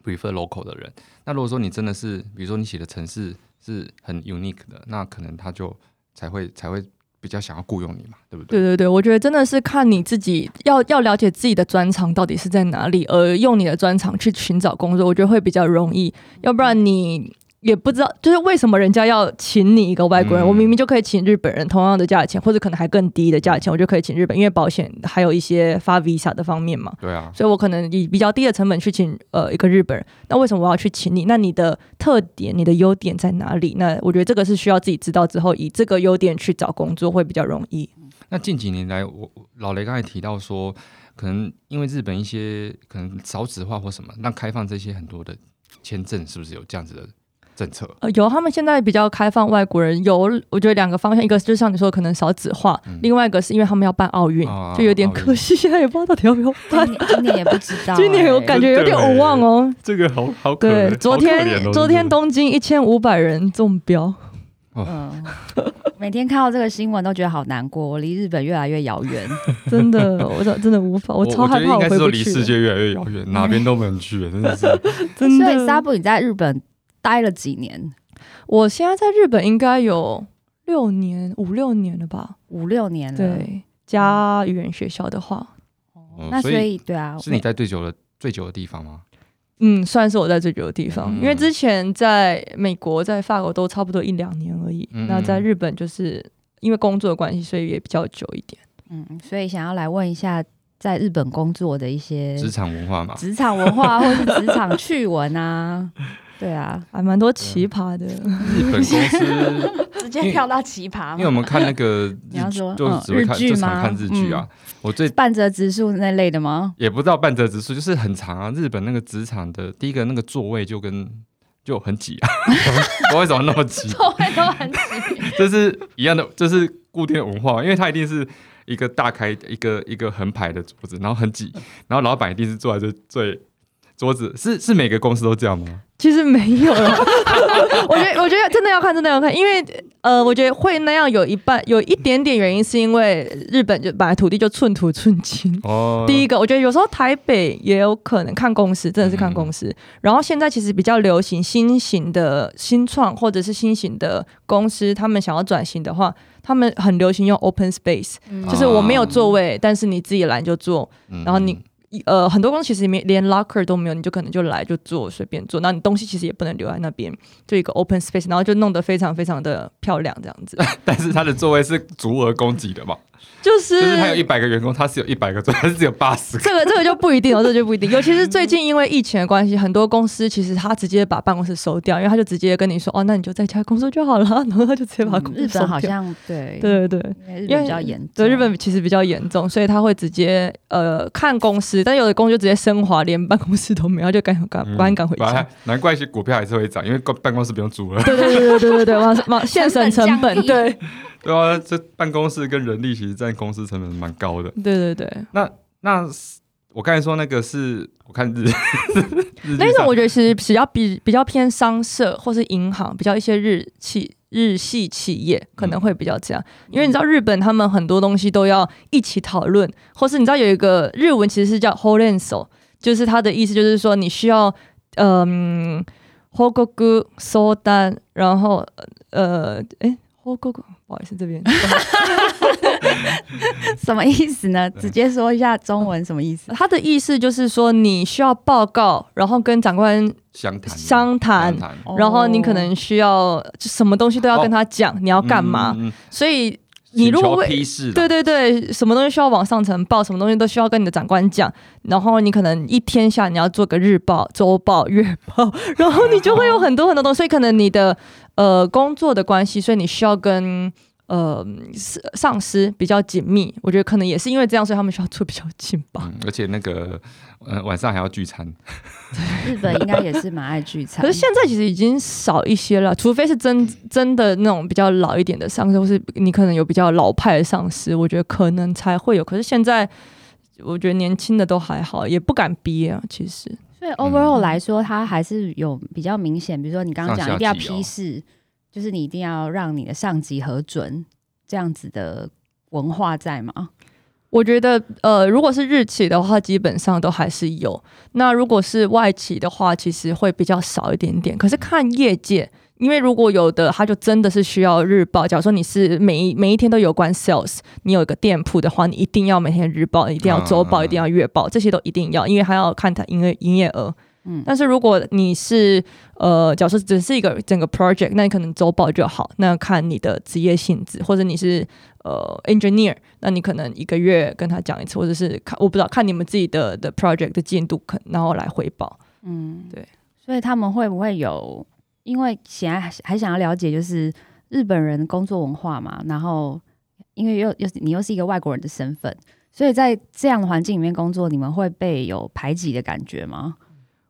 [SPEAKER 2] prefer local 的人。那如果说你真的是，比如说你写的城市是很 unique 的，那可能他就才会才会比较想要雇佣你嘛，对不
[SPEAKER 3] 对
[SPEAKER 2] 对？
[SPEAKER 3] 对对，我觉得真的是看你自己要要了解自己的专长到底是在哪里，而用你的专长去寻找工作，我觉得会比较容易。要不然你也不知道，就是为什么人家要请你一个外国
[SPEAKER 2] 嗯
[SPEAKER 3] 人，我明明就可以请日本人同样的价钱，或者可能还更低的价钱，我就可以请日本，因为保险还有一些发 visa 的方面嘛。
[SPEAKER 2] 对啊，
[SPEAKER 3] 所以我可能以比较低的成本去请呃一个日本人，那为什么我要去请你？那你的特点、你的优点在哪里？那我觉得这个是需要自己知道之后，以这个优点去找工作会比较容易。
[SPEAKER 2] 那近几年来，我我老雷刚才提到说，可能因为日本一些可能少子化或什么，那开放这些很多的签证，是不是有这样子的政策？
[SPEAKER 3] 呃，有，他们现在比较开放外国人，有我觉得两个方向，一个就像你说的可能少子化，
[SPEAKER 2] 嗯
[SPEAKER 3] 另外一个是因为他们要办奥运，
[SPEAKER 2] 啊
[SPEAKER 3] 就有点
[SPEAKER 2] 奥运
[SPEAKER 3] 可惜，现在也不知道到底要不 要 办。
[SPEAKER 1] 今年今年也不知道、
[SPEAKER 3] 今年我
[SPEAKER 1] 哎
[SPEAKER 3] 感觉有点无望哦。
[SPEAKER 6] 这个好好可
[SPEAKER 3] 对，
[SPEAKER 6] 怜
[SPEAKER 3] 昨
[SPEAKER 6] 好可
[SPEAKER 3] 天
[SPEAKER 6] 怜哦
[SPEAKER 3] 昨天
[SPEAKER 6] 真的
[SPEAKER 3] 东京一千五百人中标，
[SPEAKER 1] 嗯，每天看到这个新闻都觉得好难过，我离日本越来越遥远。
[SPEAKER 3] 真的，我真真的无法，我超
[SPEAKER 6] 我
[SPEAKER 3] 害
[SPEAKER 6] 觉得
[SPEAKER 3] 怕
[SPEAKER 6] 应该是
[SPEAKER 3] 回
[SPEAKER 6] 说
[SPEAKER 3] 不
[SPEAKER 6] 离
[SPEAKER 3] 去
[SPEAKER 6] 世
[SPEAKER 3] 了。
[SPEAKER 6] 界越来越遥 远，哪边都不能去，真的是。
[SPEAKER 3] 真
[SPEAKER 1] 所以
[SPEAKER 3] 的，
[SPEAKER 1] Sabu 你在日本待了几年？
[SPEAKER 3] 我现在在日本应该有六年五六年了吧？
[SPEAKER 1] 五六年了。，
[SPEAKER 3] 对，加语言学校的话，
[SPEAKER 2] 哦
[SPEAKER 1] 那
[SPEAKER 2] 所
[SPEAKER 1] 所
[SPEAKER 2] 以
[SPEAKER 1] 以对啊，
[SPEAKER 2] 是你在最久的最久的地方吗？
[SPEAKER 3] 嗯，算是我在最久的地方，
[SPEAKER 2] 嗯
[SPEAKER 3] 因为之前在美国、在法国都差不多一两年而已。
[SPEAKER 2] 嗯
[SPEAKER 3] 那在日本就是因为工作的关系，所以也比较久一点。
[SPEAKER 1] 嗯，所以想要来问一下，在日本工作的一些
[SPEAKER 2] 职场文 化嘛，
[SPEAKER 1] 职场文化或是职场趣闻啊，对啊，
[SPEAKER 3] 还蛮多奇葩的，
[SPEAKER 2] 日本公司，
[SPEAKER 1] 直
[SPEAKER 2] 因为跳
[SPEAKER 1] 到奇葩
[SPEAKER 2] 因为我们看那个
[SPEAKER 1] 你
[SPEAKER 2] 日
[SPEAKER 1] 要说
[SPEAKER 2] 就
[SPEAKER 1] 嗯
[SPEAKER 2] 只会看、
[SPEAKER 1] 日剧
[SPEAKER 2] 就常
[SPEAKER 1] 吗嗯
[SPEAKER 2] 看日剧啊。我最
[SPEAKER 1] 半折指数那类的吗？
[SPEAKER 2] 也不知道半折指数，就是很长啊。日本那个职场的第一个那个座位就跟就很挤 啊，我为什么那么挤？
[SPEAKER 1] 都会哦都很奇，
[SPEAKER 2] 这是一样的，这是固定的文化，因为它一定是一个大开一个一个横排的桌子，然后很挤，然后老板一定是坐在最最桌子，是是每个公司都这样吗？
[SPEAKER 3] 其实没 有了。 我觉得，我觉得真的要看，真的要看，因为呃，我觉得会那样有一半，有一点点原因是因为日本就本来土地就寸土寸金，
[SPEAKER 2] 哦，
[SPEAKER 3] 第一
[SPEAKER 2] 一
[SPEAKER 3] 个，我觉得有时候台北也有可能看公司，真的是看公
[SPEAKER 2] 嗯
[SPEAKER 3] 司。然后现在其实比较流行新型的新创或者是新型的公司，他们想要转型的话，他们很流行用 open space，就是我没有座位，但是你自己来就坐。
[SPEAKER 2] 嗯
[SPEAKER 3] 然后你呃，很多公司其实没连 locker 都没有，你就可能就来就坐，随便坐。那你东西其实也不能留在那边，就一个 open space，然后就弄得非常非常的漂亮，这样子。
[SPEAKER 2] 但是他的座位是足额供给的 嘛，
[SPEAKER 3] 就
[SPEAKER 2] 就是他有一百个员工，他是有一百个座位，他是只有八 十个。
[SPEAKER 3] 这个这个就不一定哦，这个就不一定。尤其是最近因为疫情的关系，很多公司其实他直接把办公室收掉，因为他就直接跟你说，哦，那你就在家工作就好了，然后他就直接把公司
[SPEAKER 1] 嗯日
[SPEAKER 3] 收掉。
[SPEAKER 1] 本好像对，
[SPEAKER 3] 对对对。
[SPEAKER 1] 因为日
[SPEAKER 3] 因为
[SPEAKER 1] 本比较严重，
[SPEAKER 3] 对日本其实比较严重，所以他会直接呃看公司，但有的公司就直接升华，连办公室都没有，他就赶
[SPEAKER 2] 嗯
[SPEAKER 3] 赶赶赶回
[SPEAKER 2] 本
[SPEAKER 3] 家
[SPEAKER 2] 来。难怪是股票还是会涨，因为公办公室不用租了。
[SPEAKER 3] 对对对对对对对，往往现省成本，
[SPEAKER 1] 成
[SPEAKER 3] 对
[SPEAKER 2] 对啊，这办公室跟人力其实占公司成本蛮高的。
[SPEAKER 3] 对对对。
[SPEAKER 2] 那是我刚才说那个是我看日日剧
[SPEAKER 3] 那
[SPEAKER 2] 上
[SPEAKER 3] 种我觉得其实比较比比较偏商社或是银行，比较一些日企日系企业可能会比较这样，因为你知道日本他们很多东西都要一起讨论，或是你知道有一个日文其实是叫 h o l e n s o 就是它的意思就是说你需要嗯 h o g o g u 收单，然后呃诶 h o g o g u 不好意思这边
[SPEAKER 1] 什么意思呢？直接说一下中文什么意思？
[SPEAKER 3] 它的意思就是说你需要报告，然后跟长官
[SPEAKER 2] 相谈
[SPEAKER 3] 商
[SPEAKER 2] 相
[SPEAKER 3] 谈
[SPEAKER 2] 谈
[SPEAKER 3] 然后你可
[SPEAKER 1] 哦
[SPEAKER 3] 能需要就什么东西都要跟他讲，你要干嘛。
[SPEAKER 2] 哦嗯嗯嗯
[SPEAKER 3] 所以你如果
[SPEAKER 2] 请求
[SPEAKER 3] 为
[SPEAKER 2] 批示的
[SPEAKER 3] 对对对，什么东西需要往上层报，什么东西都需要跟你的长官讲，然后你可能一天下你要做个日报、周报、月报， 然后你就会有很多很多东西，所以可能你的呃工作的关系，所以你需要跟呃是上司比较紧密。我觉得可能也是因为这样，所以他们需要住比较近吧。
[SPEAKER 4] 嗯而且那个呃晚上还要聚餐，
[SPEAKER 1] 日本应该也是蛮爱聚餐
[SPEAKER 3] 可是。现在其实已经少一些了，除非是真真的那种比较老一点的上司，或是你可能有比较老派的上司，我觉得可能才会有。可是现在我觉得年轻的都还好，也不敢逼啊。其实
[SPEAKER 1] 所以 overall 来说，它还是有比较明显，比如说你刚刚讲
[SPEAKER 4] 上下
[SPEAKER 1] 一定要
[SPEAKER 4] 级哦
[SPEAKER 1] 批示，就是你一定要让你的上级核准这样子的文化在嘛？
[SPEAKER 3] 我觉得呃，如果是日企的话，基本上都还是有。那如果是外企的话，其实会比较少一点点。可是看业界，因为如果有的，它就真的是需要日报。假如说你是每一每一天都有关 sales，你有一个店铺的话，你一定要每天日报，一定要周报，
[SPEAKER 4] 嗯
[SPEAKER 3] 一定要月报，这些都一定要，因为还要看它营业营业额。
[SPEAKER 1] 嗯，
[SPEAKER 3] 但是如果你是呃，假如说只是一个整个 project，那你可能周报就好。那看你的职业性质，或者你是呃 engineer，那你可能一个月跟他讲一次，或者是看我不知道看你们自己的的 project 的进度，可然后来汇报。
[SPEAKER 1] 嗯，
[SPEAKER 3] 对。
[SPEAKER 1] 所以他们会不会有？因为显然还还想要了解，就是日本人工作文化嘛。然后，因为又又是你又是一个外国人的身份，所以在这样的环境里面工作，你们会被有排挤的感觉吗？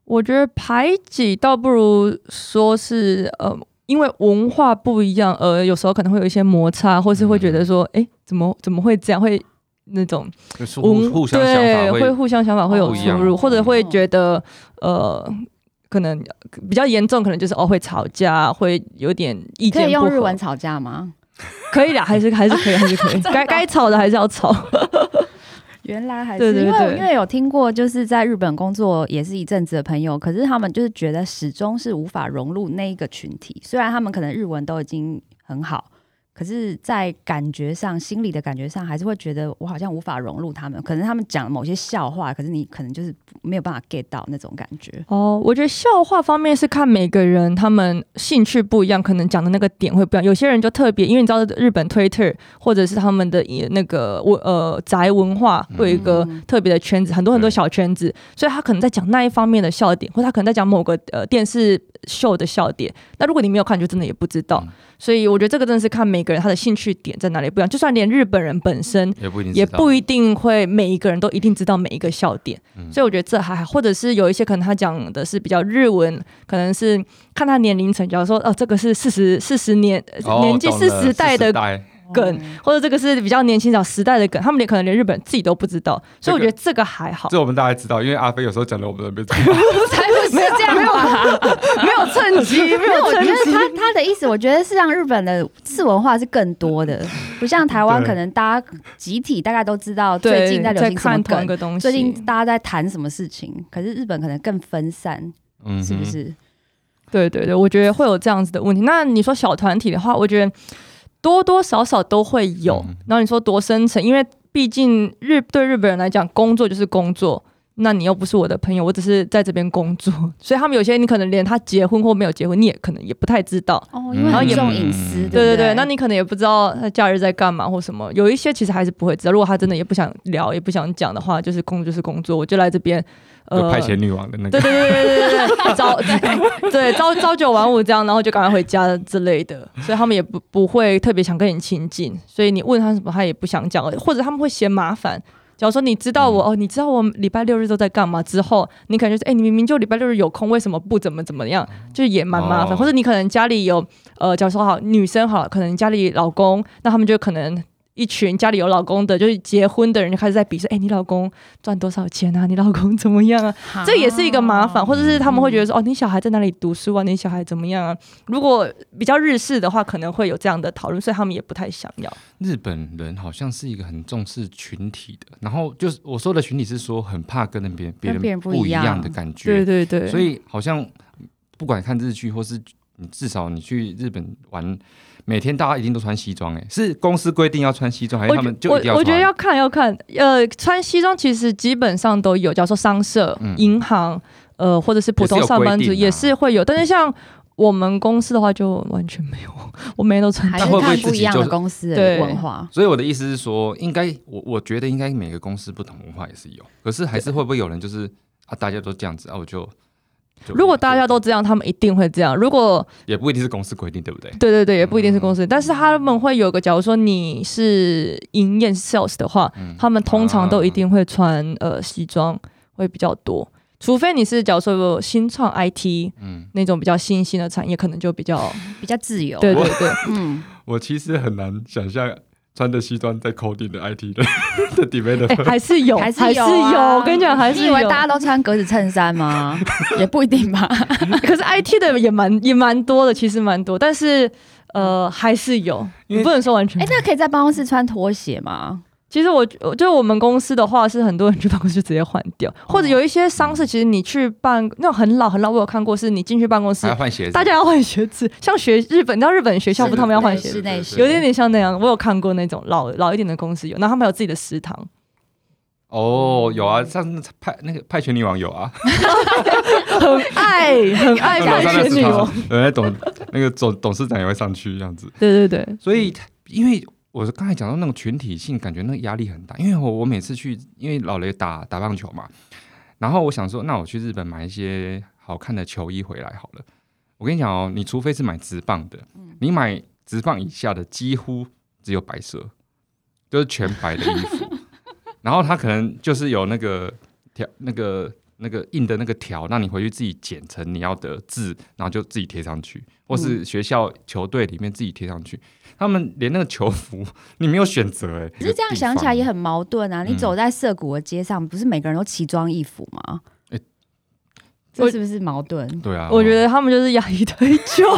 [SPEAKER 3] 我觉得排挤倒不如说是呃，因为文化不一样，呃，有时候可能会有一些摩擦，或是会觉得
[SPEAKER 4] 嗯
[SPEAKER 3] 说，哎、怎么怎么会这样，会那种
[SPEAKER 4] 就是
[SPEAKER 3] 文
[SPEAKER 4] 互互相想
[SPEAKER 3] 嗯对
[SPEAKER 4] 法
[SPEAKER 3] 会
[SPEAKER 4] 会
[SPEAKER 3] 互相想法会有
[SPEAKER 1] 不一
[SPEAKER 3] 出
[SPEAKER 1] 样
[SPEAKER 3] 入，或者会
[SPEAKER 1] 嗯
[SPEAKER 3] 觉得呃，可能比较严重，可能就是哦会吵架，会有点意
[SPEAKER 1] 可
[SPEAKER 3] 见
[SPEAKER 1] 以
[SPEAKER 3] 不
[SPEAKER 1] 用
[SPEAKER 3] 合
[SPEAKER 1] 日文，吵架吗？
[SPEAKER 3] 可以啦，还是还是可以，还是 可以，该该吵的还是要吵。
[SPEAKER 1] 原来还
[SPEAKER 3] 对
[SPEAKER 1] 是
[SPEAKER 3] 对
[SPEAKER 1] 因
[SPEAKER 3] 对
[SPEAKER 1] 为因为有听过，就是在日本工作也是一阵子的朋友，可是他们就是觉得始终是无法融入那一个群体。虽然他们可能日文都已经很好，可是，在感觉上、心里的感觉上，还是会觉得我好像无法融入他们。可能他们讲某些笑话，可是你可能就是没有办法 get 到那种感觉。
[SPEAKER 3] 哦，我觉得笑话方面是看每个人他们兴趣不一样，可能讲的那个点会不一样。有些人就特别，因为你知道日本 Twitter 或者是他们的也那个我呃宅文化会有一个
[SPEAKER 1] 嗯
[SPEAKER 3] 特别的圈子，很多很多
[SPEAKER 4] 对
[SPEAKER 3] 小圈子，所以他可能在讲那一方面的笑点，或者他可能在讲某个呃电视秀的笑点。那如果你没有看，你就真的也不知道
[SPEAKER 4] 嗯。
[SPEAKER 3] 所以我觉得这个真的是看每个人他的兴趣点在哪里不一样。就算连日本人本身
[SPEAKER 4] 也不一定
[SPEAKER 3] 也
[SPEAKER 4] 知道
[SPEAKER 3] 不
[SPEAKER 2] 哦
[SPEAKER 3] 一定会每一个人都一定知道每一个笑点，
[SPEAKER 4] 嗯
[SPEAKER 3] 所以我觉得这还好，或者是有一些可能他讲的是比较日文，可能是看他年龄层，假如说哦这个是四十四十年、呃
[SPEAKER 4] 哦
[SPEAKER 3] 年纪
[SPEAKER 4] 懂
[SPEAKER 3] 四
[SPEAKER 4] 了
[SPEAKER 3] 十代的，梗
[SPEAKER 1] 哦，
[SPEAKER 4] 嗯
[SPEAKER 3] 或者这个是比较年轻小时代的梗，他们连可能连日本人自己都不知道，所以我觉得这个还好，
[SPEAKER 2] 这我们大家知道，因为阿飞有时候讲的我们都 没知道。
[SPEAKER 1] 才不是这样吧？
[SPEAKER 3] 没有 趁机，没
[SPEAKER 1] 没有，
[SPEAKER 3] 有
[SPEAKER 1] 我觉
[SPEAKER 3] 趁
[SPEAKER 1] 得
[SPEAKER 3] 机。
[SPEAKER 1] 他他的意思，我觉得是让日本的次文化是更多 的，不像台湾，
[SPEAKER 2] 对
[SPEAKER 1] 可能大家集体大概都知道最
[SPEAKER 3] 对，
[SPEAKER 1] 近在流
[SPEAKER 3] 在
[SPEAKER 1] 行什么
[SPEAKER 3] 看同一
[SPEAKER 1] 梗，
[SPEAKER 3] 个东西，
[SPEAKER 1] 最近大家在谈什么事情。可是日本可能更分散，
[SPEAKER 4] 嗯哼
[SPEAKER 1] 是不是？
[SPEAKER 3] 对对对，我觉得会有这样子的问题。那你说小团体的话，我觉得多多少少都会有。
[SPEAKER 4] 嗯
[SPEAKER 3] 然后你说多深层，因为毕竟日对日本人来讲，工作就是工作。那你又不是我的朋友，我只是在这边工作， 所以他们有些你可能连他结婚或没有结婚，你也可能也不太知道。
[SPEAKER 1] 哦，
[SPEAKER 4] 因
[SPEAKER 1] 因
[SPEAKER 4] 为
[SPEAKER 1] 为
[SPEAKER 3] 很
[SPEAKER 1] 很
[SPEAKER 3] 重
[SPEAKER 1] 重
[SPEAKER 4] 隐
[SPEAKER 1] 隐
[SPEAKER 4] 私对不
[SPEAKER 1] 私，对
[SPEAKER 3] 嗯对
[SPEAKER 1] 对
[SPEAKER 3] 对对，那你可能也不知道他假日在干嘛或什么。有一些其实还是不会知道，如果他真的也不想聊，也不想讲的话，就是工作就是工作，我就来这边。
[SPEAKER 4] 就
[SPEAKER 3] 呃，
[SPEAKER 4] 派遣女王的那
[SPEAKER 3] 对
[SPEAKER 4] 个，
[SPEAKER 3] 对对对对对， 朝对对朝朝九晚五这样，然后就赶快回家之类的，所以他们也不不会特别想跟你亲近，所以你问他什么他也不想讲，或者他们会嫌麻烦。假如说你知道
[SPEAKER 4] 嗯
[SPEAKER 3] 我、哦，你知道我礼拜六日都在干嘛之后，你可能就是哎、你明明就礼拜六日有空，为什么不怎么怎么样？就是也蛮麻烦。
[SPEAKER 4] 哦
[SPEAKER 3] 或者你可能家里有呃，假如说好女生好了，可能家里老公，那他们就可能一群家里有老公的，就是结婚的人就开始在比说，哎、你老公赚多少钱啊？你老公怎么样啊？这也是一个麻烦，或者是他们会觉得说，哦，你小孩在哪里读书啊？你小孩怎么样啊？如果比较日式的话，可能会有这样的讨论，所以他们也不太想要。
[SPEAKER 4] 日本人好像是一个很重视群体的，然后就是我说的群体是说很怕跟别人别
[SPEAKER 1] 跟别
[SPEAKER 4] 人
[SPEAKER 1] 人不
[SPEAKER 4] 不一
[SPEAKER 1] 一样
[SPEAKER 4] 样的感觉，
[SPEAKER 3] 对对
[SPEAKER 4] 所以好像不管看日剧或是你至少你去日本玩，每天大家一定都穿西装，哎，是公司规定要穿西装，还是
[SPEAKER 3] 我
[SPEAKER 4] 他
[SPEAKER 3] 觉
[SPEAKER 4] 们就
[SPEAKER 3] 我
[SPEAKER 4] 一定要
[SPEAKER 3] 我觉得
[SPEAKER 4] 穿？
[SPEAKER 3] 要看要看，呃，穿西装其实基本上都有，假如说商社、
[SPEAKER 4] 嗯
[SPEAKER 3] 银行，呃，或者是普通上班族
[SPEAKER 4] 也
[SPEAKER 3] 也
[SPEAKER 4] 是有规定啊
[SPEAKER 3] 是会有，但是像我们公司的话就完全没有，我每天都穿
[SPEAKER 1] 还
[SPEAKER 3] 大
[SPEAKER 1] 是
[SPEAKER 4] 他会不会
[SPEAKER 1] 看
[SPEAKER 4] 自
[SPEAKER 1] 不
[SPEAKER 4] 己
[SPEAKER 1] 一样
[SPEAKER 4] 就
[SPEAKER 1] 的
[SPEAKER 4] 是
[SPEAKER 1] 公司
[SPEAKER 3] 对
[SPEAKER 1] 的文化。
[SPEAKER 4] 所以我的意思是说，应该我我觉得应该每个公司不同文化也是有，可是还是会不会有人就是啊，大家都这样子啊，我就
[SPEAKER 2] 就
[SPEAKER 3] 如果大家都这样，他们一定会这样。如果
[SPEAKER 2] 也不一定是公司规定，对不对？
[SPEAKER 3] 对对对，也不一定是公司，
[SPEAKER 2] 嗯
[SPEAKER 3] 但是他们会有个，假如说你是营业 sales 的话，
[SPEAKER 2] 嗯
[SPEAKER 3] 他们通常都一定会穿、呃西装会比较多，除非你是假如说有新创 IT
[SPEAKER 2] 嗯，
[SPEAKER 3] 那种比较新兴的产业，可能就 比较
[SPEAKER 1] 比较自由。
[SPEAKER 3] 对对对，
[SPEAKER 1] 嗯，
[SPEAKER 7] 我其实很难想象穿着西装在 coding 的 IT 的 的 developer，、
[SPEAKER 3] 哎还是有
[SPEAKER 1] 还
[SPEAKER 3] 是
[SPEAKER 1] 有啊、
[SPEAKER 3] 我跟你讲还是
[SPEAKER 1] 你以
[SPEAKER 3] 有，
[SPEAKER 1] 为大家都穿格子衬衫吗？ 也不一定 吧。
[SPEAKER 3] 可是 IT 的也蛮也蛮多的，其实蛮多，但是呃还是有，
[SPEAKER 2] 因
[SPEAKER 3] 你
[SPEAKER 2] 为
[SPEAKER 3] 不能说完全
[SPEAKER 1] 哎、。那可以在办公室穿拖鞋吗？
[SPEAKER 3] 其实我我就我们公司的话，是很多人去办公室直接换掉，或者有一些商事，其实你去办那种很老很老，我有看过，是你进去办公室
[SPEAKER 2] 还要，换鞋子，
[SPEAKER 3] 大家要换鞋子，像学日本，你知道日本学校
[SPEAKER 1] 是
[SPEAKER 3] 不他们要换鞋
[SPEAKER 1] 是
[SPEAKER 3] 子，
[SPEAKER 1] 室内是
[SPEAKER 3] 有点点像那样。我有看过那种老老一点的公司有，然后他们有自己的食堂，
[SPEAKER 2] 哦，有啊，上次派那个派拳女王有啊，
[SPEAKER 3] 很 爱很 爱
[SPEAKER 2] 楼上
[SPEAKER 3] 看
[SPEAKER 2] 的
[SPEAKER 3] 学
[SPEAKER 2] 食
[SPEAKER 3] 女哦
[SPEAKER 2] 堂。，
[SPEAKER 7] 原来董 那个董董事长也会上去这样子。
[SPEAKER 3] 对对对，
[SPEAKER 2] 所以因为我刚才讲到那种群体性，感觉那个压力很大，因为我我每次去，因为老雷打打棒球嘛，然后我想说，那我去日本买一些好看的球衣回来好了。我跟你讲哦，你除非是买直棒的，你买直棒以下的几乎只有白色，就是全白的衣服， 然后它可能就是有那个条那个。那个印的那个条，让你回去自己剪成你要的字，然后就自己贴上去，或是学校球队里面自己贴上去。他们连那个球服， 你没有选择哎、欸。
[SPEAKER 1] 可是这样想起来也
[SPEAKER 2] 很。
[SPEAKER 1] 很矛盾啊！你
[SPEAKER 2] 嗯
[SPEAKER 1] 走在涩谷的街上，不是每个人都奇装异服吗？
[SPEAKER 2] 哎
[SPEAKER 1] 这是不是矛盾？
[SPEAKER 2] 对啊，
[SPEAKER 3] 我觉得他们就是压抑太久，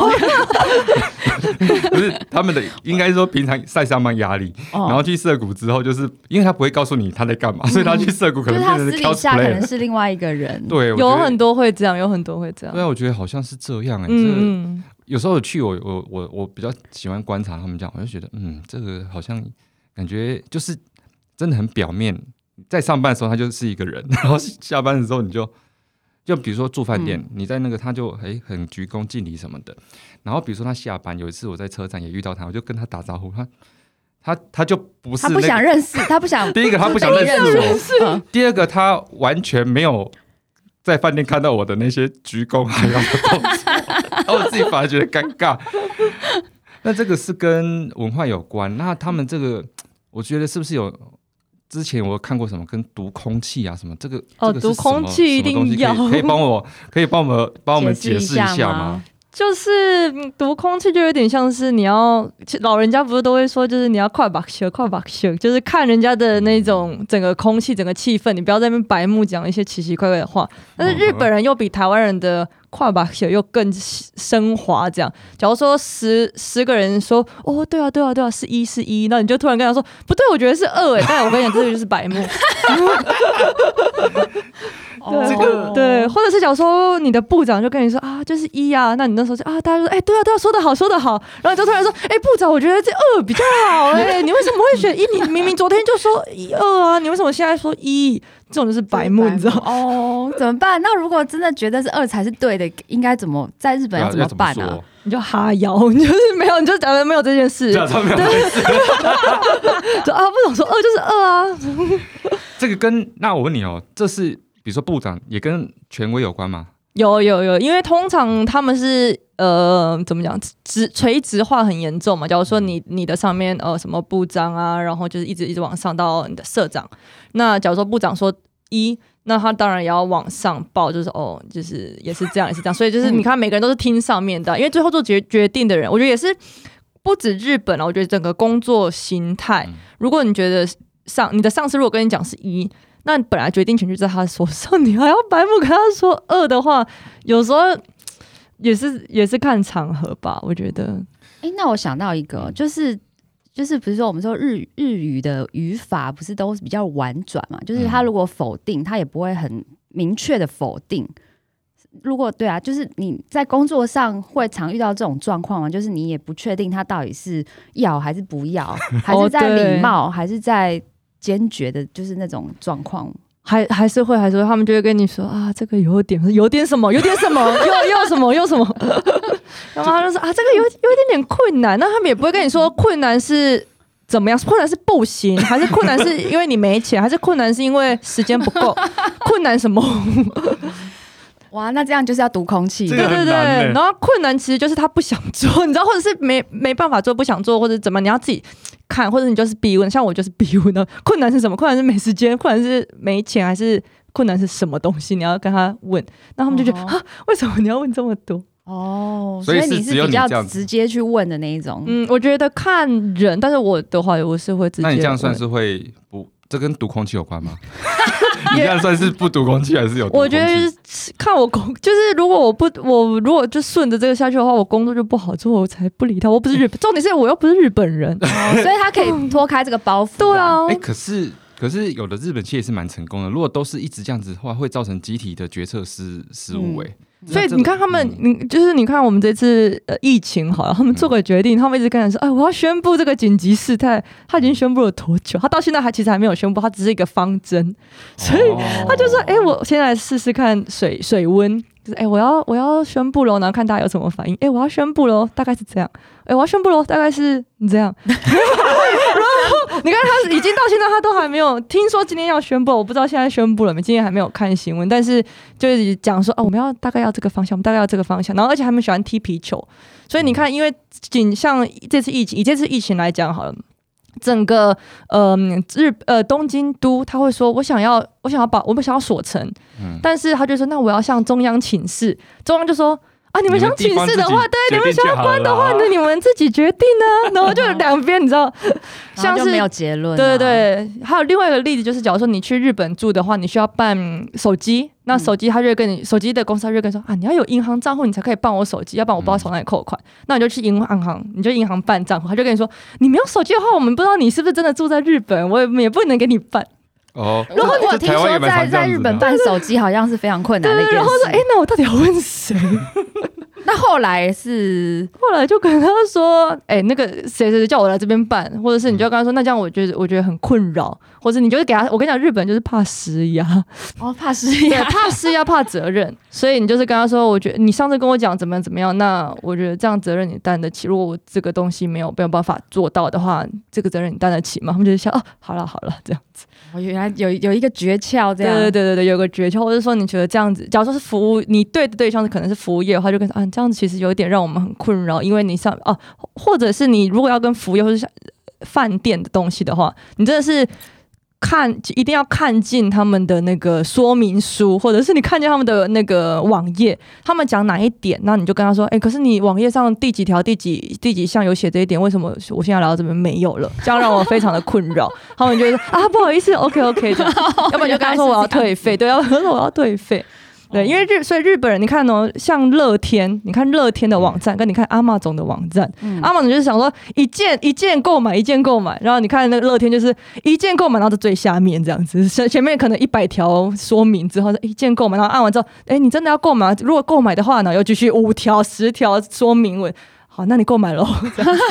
[SPEAKER 2] 不是他们的，应该说平常在上班压力，然后
[SPEAKER 1] 哦，
[SPEAKER 2] 去涩谷之后，就是因为他不会告诉你他在干嘛，所以他去涩谷可
[SPEAKER 1] 嗯就
[SPEAKER 2] 能
[SPEAKER 1] 是他
[SPEAKER 2] 变成
[SPEAKER 1] 私
[SPEAKER 2] 是
[SPEAKER 1] 底下可能
[SPEAKER 2] cosplay。
[SPEAKER 1] 是另外一个人。
[SPEAKER 2] 对，我觉
[SPEAKER 3] 有
[SPEAKER 2] 得
[SPEAKER 3] 很多会这样，有很多会这样
[SPEAKER 2] 对。啊，我觉得好像是这样哎、欸，真的
[SPEAKER 3] 嗯嗯，
[SPEAKER 2] 有时候去我我我我比较喜欢观察他们这样，我就觉得嗯，这个好像感觉就是真的很表面。在上班的时候他就是一个人， 然后下班的时候你就就比如说住饭
[SPEAKER 1] 嗯
[SPEAKER 2] 店，你在那个他就哎、很鞠躬敬礼什么的。然后比如说他下班，有一次我在车站也遇到他，我就跟他打招呼，他他他就不是、
[SPEAKER 1] 他
[SPEAKER 2] 那
[SPEAKER 1] 不
[SPEAKER 2] 个
[SPEAKER 1] 想认识，他不想
[SPEAKER 2] 第一个他不想认识 我啊
[SPEAKER 1] 识我，嗯
[SPEAKER 2] 第二个，他完全没有在饭店看到我的那些鞠躬还有动作， 然后我自己反而觉得尴尬。那这个是跟文化有关，那他们这个，我觉得是不是有？之前我看过什么跟读空气啊什么，这个
[SPEAKER 3] 哦
[SPEAKER 2] 这个是
[SPEAKER 3] 读
[SPEAKER 2] 什么
[SPEAKER 3] 空气一定
[SPEAKER 2] 什么东西
[SPEAKER 3] 要
[SPEAKER 2] 可以可以帮我可以帮我们帮我们
[SPEAKER 1] 解
[SPEAKER 2] 解
[SPEAKER 1] 释
[SPEAKER 2] 释
[SPEAKER 1] 一
[SPEAKER 2] 一
[SPEAKER 1] 下
[SPEAKER 2] 下
[SPEAKER 1] 吗
[SPEAKER 2] 吗？
[SPEAKER 3] 就是嗯读空气就有点像是你要，其实老人家不是都会说，就是你要快把学，快把学，就是看人家的那种整个空气、整个气氛，你不要在那边白目讲一些奇奇怪怪的话。但是日本人又比台湾人的快把学又更升华，这样。假如说十十个人说，哦，对啊，对啊，对啊，是一是一，那你就突然跟他说，不对，我觉得是二哎，但我跟你讲，这个就是白目。
[SPEAKER 1] 哦
[SPEAKER 3] 这
[SPEAKER 2] 个
[SPEAKER 3] 对，或者是假如说你的部长就跟你说啊，就是一啊，那你那时候就啊，大家就说哎、对啊对啊，说得好说得好，然后你就突然说哎、部长，我觉得这二比较 好哎、你为什么会选一？你明明昨天就说一二啊，你为什么现在说一？这种就是白目，你知道吗？
[SPEAKER 1] 哦，怎么办？那如果真的觉得是二才是对的，应该怎么在日本
[SPEAKER 2] 啊要
[SPEAKER 1] 要怎么
[SPEAKER 2] 怎么
[SPEAKER 1] 办啊
[SPEAKER 2] 说？
[SPEAKER 1] 呢？
[SPEAKER 3] 你就哈腰，你就是没有，你就假装没有这件事，
[SPEAKER 2] 这样他们要
[SPEAKER 3] 就 啊，部长说二就是二啊，
[SPEAKER 2] 这个跟那我问你哦，这是比如说部长也跟权威有关吗？
[SPEAKER 3] 有有有，因为通常他们是呃怎么讲，直垂直化很严重嘛。假如说你你的上面呃什么部长啊，然后就是一直一直往上到你的社长。那假如说部长说一，那他当然也要往上报，就是哦，就是也是这样也是这样。所以就是你看每个人都是听上面的，因为最后做决决定的人，我觉得也是不止日本啊，我觉得整个工作形态
[SPEAKER 2] 嗯，
[SPEAKER 3] 如果你觉得上你的上司如果跟你讲是一，那你本来决定权就在他手上，你还要白目跟他说二的话，有时候也是也是看场合吧，我觉得。
[SPEAKER 1] 哎，那我想到一个，就是就是，比如说我们说日语日语的语法不是都比较婉转嘛？就是他
[SPEAKER 2] 嗯
[SPEAKER 1] 如果否定，他也不会很明确的否定。如果对啊，就是你在工作上会常遇到这种状况吗？就是你也不确定他到底是要还是不 要，还是在礼
[SPEAKER 3] 对
[SPEAKER 1] 貌，还是在坚决的，就是那种状况。
[SPEAKER 3] 还还是会，还是会，他们就会跟你说啊，这个有点有点什么，有点什么， 又又什么，又什么， 然后他就说啊，这个有有一点点困难，那他们也不会跟你说困难是怎么样，困难是不行，还是困难是 因为你没钱，还是困难是因为时间不够，困难什么？
[SPEAKER 1] 哇，那这样就是要读空气
[SPEAKER 2] 这
[SPEAKER 1] 的
[SPEAKER 2] 个
[SPEAKER 3] 对
[SPEAKER 2] 很
[SPEAKER 3] 对对，
[SPEAKER 2] 难欸
[SPEAKER 3] 然后困难其实就是他不想做，你知道，或者是没没办法做，不想做，或者怎么，你要自己看，或者你就是逼问。像我就是逼问的，困难是什么？困难是没时间，困难是没钱，还是困难是什么东西？你要跟他问，然后他们就觉得、
[SPEAKER 1] 哦
[SPEAKER 3] 啊，为什么你要问这么多？
[SPEAKER 1] 哦，
[SPEAKER 2] 所以是
[SPEAKER 1] 你
[SPEAKER 2] 只有
[SPEAKER 1] 是
[SPEAKER 2] 你
[SPEAKER 1] 比较
[SPEAKER 2] 这样子
[SPEAKER 1] 直接去问的那一种，
[SPEAKER 3] 嗯，我觉得看人，但是我的话我是会直接
[SPEAKER 2] 那
[SPEAKER 3] 问。
[SPEAKER 2] 你这样算是会不？这跟读空气有关 吗？你这样算是不读空气还是有读空气？
[SPEAKER 3] 我觉得就是看我工，就是如果我不我如果就顺着这个下去的话，我工作就不好做，我才不理他。我不是日本，重点是我又不是日本人。
[SPEAKER 1] 哦所以他可以脱开这个包袱。
[SPEAKER 3] 对，啊，
[SPEAKER 2] 哎、
[SPEAKER 3] 哎、
[SPEAKER 2] 可是可是有的日本企业是蛮成功的，如果都是一直这样子的话，会造成集体的决策失失误。
[SPEAKER 1] 嗯
[SPEAKER 2] 哎、
[SPEAKER 3] 所以
[SPEAKER 2] 那这嗯
[SPEAKER 3] 你看他们，你就是你看我们这次呃疫情好了，他们做个决定，他们一直跟人说，哎，我要宣布这个紧急事态，他已经宣布了多久？他到现在还其实还没有宣布，他只是一个方针，所以
[SPEAKER 2] 他
[SPEAKER 3] 他就说，哎、我先来试试看水水温。就是哎、我要我要宣布喽，然后看大家有什么反应。哎、我要宣布喽，大概是这样。哎、我要宣布喽，大概是这样。然后你看，他已经到现在，他都还没有听说今天要宣布，我不知道现在宣布了没，今天还没有看新闻，但是就是讲说哦，我们要大概要这个方向，我们大概要这个方向。然后而且他们喜欢踢皮球，所以你看，因为仅像这次疫情，以这次疫情来讲好了。整个呃日呃东京都，他会说，我想要我想要把我们想要锁城，
[SPEAKER 2] 嗯
[SPEAKER 3] 但是他就说，那我要向中央请示，中央就说啊，你们想请示的话，对，你们想要
[SPEAKER 2] 关的
[SPEAKER 3] 那你们自己决定呢、然后就两边你知道，
[SPEAKER 1] 像
[SPEAKER 3] 像
[SPEAKER 1] 是
[SPEAKER 3] 是
[SPEAKER 1] 没有结论、
[SPEAKER 3] 对对，对，还有另外一个例子就是，假如说你去日本住的话，你需要办手机，那手机他就会跟你，手机的公司他就会跟你说啊，你要有银行账户你才可以办我手机，要不然我不知道从哪里扣款。那你就去银行，你就银行办账户，他就跟你说，你没有手机的话，我们不知道你是不是真的住在日本，我也也不能给你办。
[SPEAKER 2] 哦，
[SPEAKER 1] 然后我
[SPEAKER 2] 这
[SPEAKER 1] 听
[SPEAKER 2] 台湾
[SPEAKER 1] 说
[SPEAKER 2] 也蛮
[SPEAKER 1] 在
[SPEAKER 2] 常这样
[SPEAKER 1] 在
[SPEAKER 2] 子
[SPEAKER 1] 日本
[SPEAKER 2] 的啊
[SPEAKER 1] 办手机好像是非常困难的一件
[SPEAKER 3] 对，
[SPEAKER 1] 事。
[SPEAKER 3] 然后说，哎、那我到底要问谁？
[SPEAKER 1] 那后来是
[SPEAKER 3] 后来就跟他说，哎、那个谁谁谁叫我来这边办，或者是你就跟他说，那这样我觉得我觉得很困扰，或者你就是给他，我跟你讲，日本就是怕施压，
[SPEAKER 1] 哦，怕失
[SPEAKER 3] 对，
[SPEAKER 1] 业，
[SPEAKER 3] 怕施压怕责任， 所以你就是跟他说，我觉得你上次跟我讲怎么样怎么样，那我觉得这样责任你担得起，如果我这个东西没有没有办法做到的话，这个责任你担得起吗？他们就想，哦、好了好了，这样。
[SPEAKER 1] 我哦原来有有一个诀窍这
[SPEAKER 3] 对
[SPEAKER 1] 样。
[SPEAKER 3] 对对对对，有个诀窍，或者说你觉得这样子，假如说是服务，你对的对象是可能是服务业的话，就跟啊，你这样子其实有点让我们很困扰，因为你上哦、或者是你如果要跟服务业或者是呃饭店的东西的话，你真的是。看，一定要看进他们的那个说明书，或者是你看见他们的那个网页，他们讲哪一点，那你就跟他说，哎、可是你网页上第几条、第几第几项有写这一点，为什么我现在来到这边没有了？这样让我非常的困扰。他们就会说啊，不好意思，OK OK，这样 要不然就跟他说哦我要退费，对，要不然就说我要退费。对，因为日所以日本人，你看哦，像乐天，你看乐天的网站，跟你看阿玛总的网站，
[SPEAKER 1] 嗯
[SPEAKER 3] 阿玛总就是想说一件一件购买，一件购买，然后你看那个乐天就是一件购买，然后在最下面这样子，前前面可能一百条说哎明之后，一件购买，然后按完之后，哎，你真的要购买？如果购买的话呢，又继续五条、十条说明文。好，那你购买喽。这样子